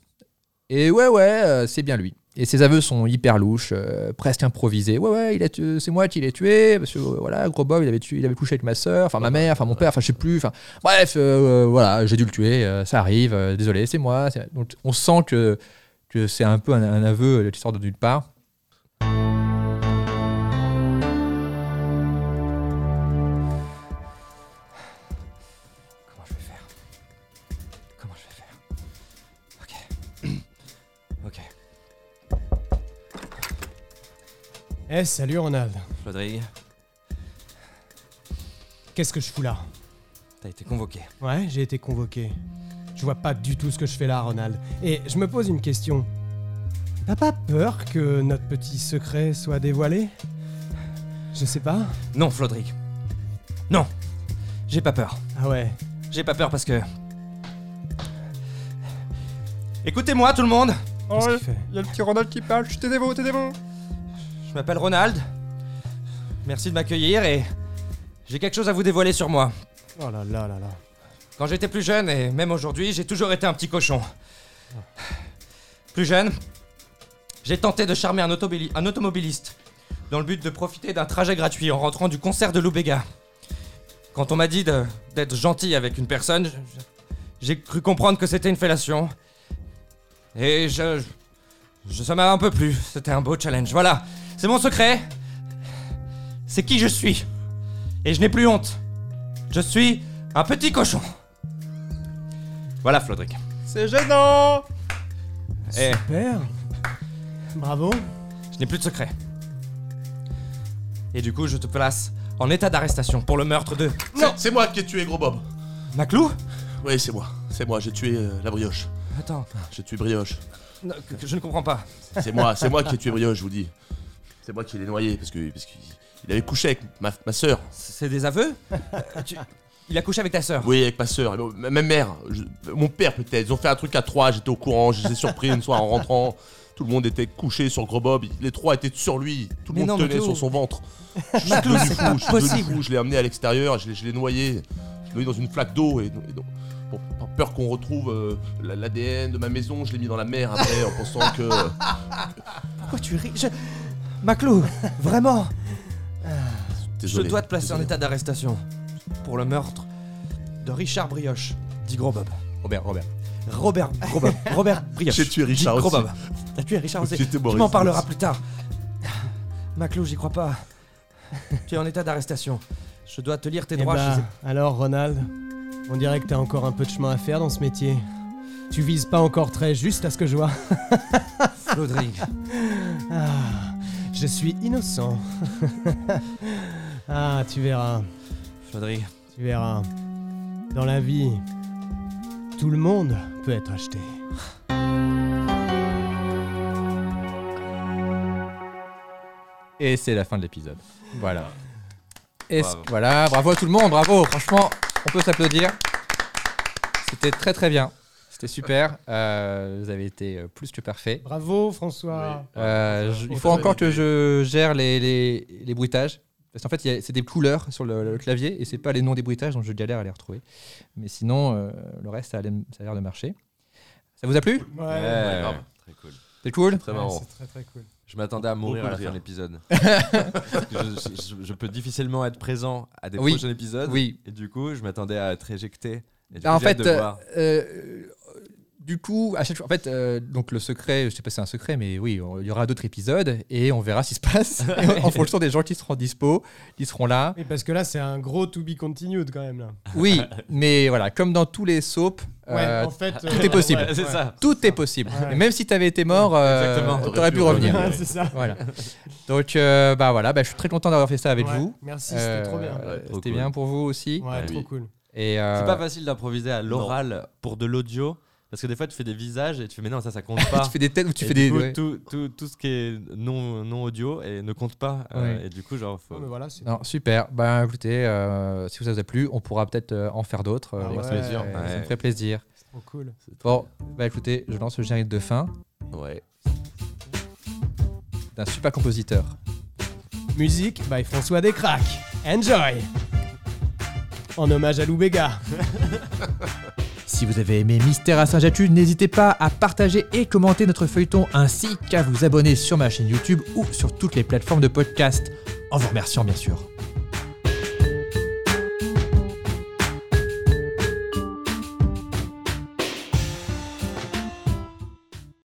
A: Et ouais, ouais, euh, c'est bien lui. Et ses aveux sont hyper louches, euh, presque improvisés. Ouais, ouais, il a tué- c'est moi qui l'ai tué, parce que euh, voilà, gros Bob, il avait, tué, il avait couché avec ma soeur, enfin ma mère, enfin mon père, enfin je sais plus. Enfin, bref, euh, voilà, j'ai dû le tuer, euh, ça arrive, euh, désolé, c'est moi. c'est- Donc on sent que, que c'est un peu un, un aveu euh, qui sort de nulle part.
G: Comment je vais faire Comment je vais faire Ok. ok.
B: Eh, salut Ronald.
G: Flodrig,
B: Qu'est-ce que je fous là
G: t'as été convoqué.
B: Ouais, j'ai été convoqué. Je vois pas du tout ce que je fais là, Ronald. Et je me pose une question. T'as pas peur que notre petit secret soit dévoilé Je sais pas.
G: Non, Flodrig. Non. J'ai pas peur.
B: Ah ouais.
G: J'ai pas peur parce que... Écoutez-moi tout le monde
E: Ah
B: Qu'est-ce qu'il fait
A: Il y a le petit Ronald qui parle, taisez-vous, taisez-vous.
G: Je m'appelle Ronald. Merci de m'accueillir et j'ai quelque chose à vous dévoiler sur moi.
B: Oh là là là là.
G: Quand j'étais plus jeune, et même aujourd'hui, j'ai toujours été un petit cochon. Plus jeune, j'ai tenté de charmer un, automobili- un automobiliste dans le but de profiter d'un trajet gratuit en rentrant du concert de Loubega. Quand on m'a dit de- d'être gentil avec une personne, je- je- j'ai cru comprendre que c'était une fellation. Et je. je ça m'a un peu plu. C'était un beau challenge. Voilà, c'est mon secret. C'est qui je suis. Et je n'ai plus honte. Je suis un petit cochon. Voilà, Flodric.
H: C'est gênant
G: Eh,
H: Père Bravo
G: je n'ai plus de secret. Et du coup, je te place en état d'arrestation pour le meurtre de.
D: C'est- C'est moi qui ai tué Gros Bob.
G: Maclou
D: Oui, c'est moi. C'est moi, j'ai tué euh, la brioche.
G: Attends,
D: J'ai tué brioche.
G: non, que- que je ne comprends pas.
D: C'est moi, c'est moi qui ai tué brioche, je vous dis. C'est moi qui l'ai noyé parce que parce qu'il il avait couché avec ma, ma soeur.
G: C'est des aveux Euh, tu- Il a couché avec ta sœur.
D: Oui, avec ma soeur. Même mère. je- mon père peut-être. Ils ont fait un truc à trois, j'étais au courant, je les ai surpris une soirée en rentrant. Tout le monde était couché sur Gros Bob. Les trois étaient sur lui. Tout le
G: Mais
D: monde
G: non, mais
D: tenait
G: Clou.
D: sur son ventre. Je suis
G: Maclou,
D: devenu
G: c'est
D: fou,
G: pas
D: je suis devenu
G: possible.
D: fou, Je l'ai amené à l'extérieur, je l'ai- je l'ai noyé. Je l'ai noyé dans une flaque d'eau et, et donc- pour, par peur qu'on retrouve euh, la- l'ADN de ma maison, je l'ai mis dans la mer après en pensant que.
G: Pourquoi tu ris je... Maclou, vraiment
D: Désolé,
G: Je dois te placer en
D: désolé.
G: état d'arrestation pour le meurtre de Richard Brioche, dit Gros Bob.
A: Robert, Robert.
G: Robert Gros Bob. Robert Brioche.
D: J'ai tué
G: dit
D: Richard
G: Gros
D: aussi.
G: Bob. T'as tué Richard aussi.
D: J'étais
G: Tu
D: Boris
G: m'en parleras
D: aussi.
G: plus tard. Maclou, j'y crois pas. tu es en état d'arrestation. Je dois te lire tes
H: Eh
G: droits.
H: bah,
G: je
D: ben.
G: sais-
H: Alors, Ronald, on dirait que t'as encore un peu de chemin à faire dans ce métier. Tu vises pas encore très juste à ce que je vois.
G: Flodrig.
H: Ah, je suis innocent. ah, tu verras,
G: Flodrig.
H: tu verras. Dans la vie, tout le monde peut être acheté.
A: Et c'est la fin de l'épisode. Voilà. Et c- voilà, bravo à tout le monde, bravo. Franchement, on peut s'applaudir. C'était très très bien. C'était super. Euh, vous avez été euh, plus que parfait.
H: Bravo, François.
A: Euh, je- il
D: On
A: faut
D: t'a
A: encore que je gère les, les, les bruitages. Parce qu'en fait, il y a- c'est des couleurs sur le, le clavier et c'est pas les noms des bruitages, donc je galère à les retrouver. Mais sinon, euh, le reste, ça a l'air ça a l'air de marcher. Ça vous a plu
H: Ouais,
C: Ouais,
A: Euh,
C: grave. Très cool.
A: C'est cool
C: Très marrant.
H: c'est très très cool.
C: Je m'attendais à mourir
D: Beaucoup
C: à la
D: de
C: fin de
D: rire.
C: l'épisode. Parce que je, je- je peux difficilement être présent à des
A: Oui.
C: prochains épisodes.
A: Oui.
C: Et du coup, je m'attendais à être éjecté. Et du
A: Ah, en
C: coup, j'ai hâte
A: fait,
C: de
A: euh,
C: voir.
A: euh, du coup, à chaque fois, en fait, euh, donc le secret, je sais pas si c'est un secret, mais oui, on- il y aura d'autres épisodes et on verra ce qui se passe Et en- en fonction des gens qui seront dispo, qui seront là.
H: Oui, parce que là, c'est un gros to be continued quand même. Là.
A: Oui, mais voilà, comme dans tous les soaps, euh,
H: ouais, en fait, tout
A: est possible.
C: Ouais, c'est ça.
A: tout est possible.
H: Ouais.
A: Et même si t'avais été mort, euh,
C: Exactement.
A: t'aurais pu revenir.
D: Ouais.
H: c'est ça.
A: voilà. Donc, euh, bah voilà, bah, je suis très content d'avoir fait ça avec
H: Ouais,
A: vous.
H: Merci, c'était trop bien.
A: Euh,
H: Ouais,
C: Ouais, trop
A: C'était
C: cool.
A: bien pour vous aussi.
C: Ah
H: trop
D: oui.
H: cool.
A: Et euh,
C: C'est pas facile d'improviser à l'oral pour de l'audio. Parce que des fois, tu fais des visages et tu fais, mais non, ça, ça compte pas.
A: tu fais des têtes ou tu
C: Et
A: fais
C: du
A: des.
C: coup,
A: ouais.
C: tout, tout, tout ce qui est non, non audio et ne compte pas. euh,
A: Ouais.
C: et du coup, genre, faut-
H: Non, mais voilà, c'est-
A: Non, super. Ben écoutez, euh, si ça vous a plu, on pourra peut-être euh, en faire d'autres.
H: Ah
A: euh,
H: ouais,
A: ça,
H: plaisir.
A: euh,
C: Ouais.
A: ça me ferait plaisir.
H: c'est trop cool.
A: Bon, bah écoutez, je lance le générique de fin
C: ouais.
A: d'un super compositeur.
H: Musique by François Descraques. Enjoy En hommage à Lou Béga.
A: Si vous avez aimé Mystère à Saint-Jatu, n'hésitez pas à partager et commenter notre feuilleton ainsi qu'à vous abonner sur ma chaîne YouTube ou sur toutes les plateformes de podcast. En vous remerciant bien sûr.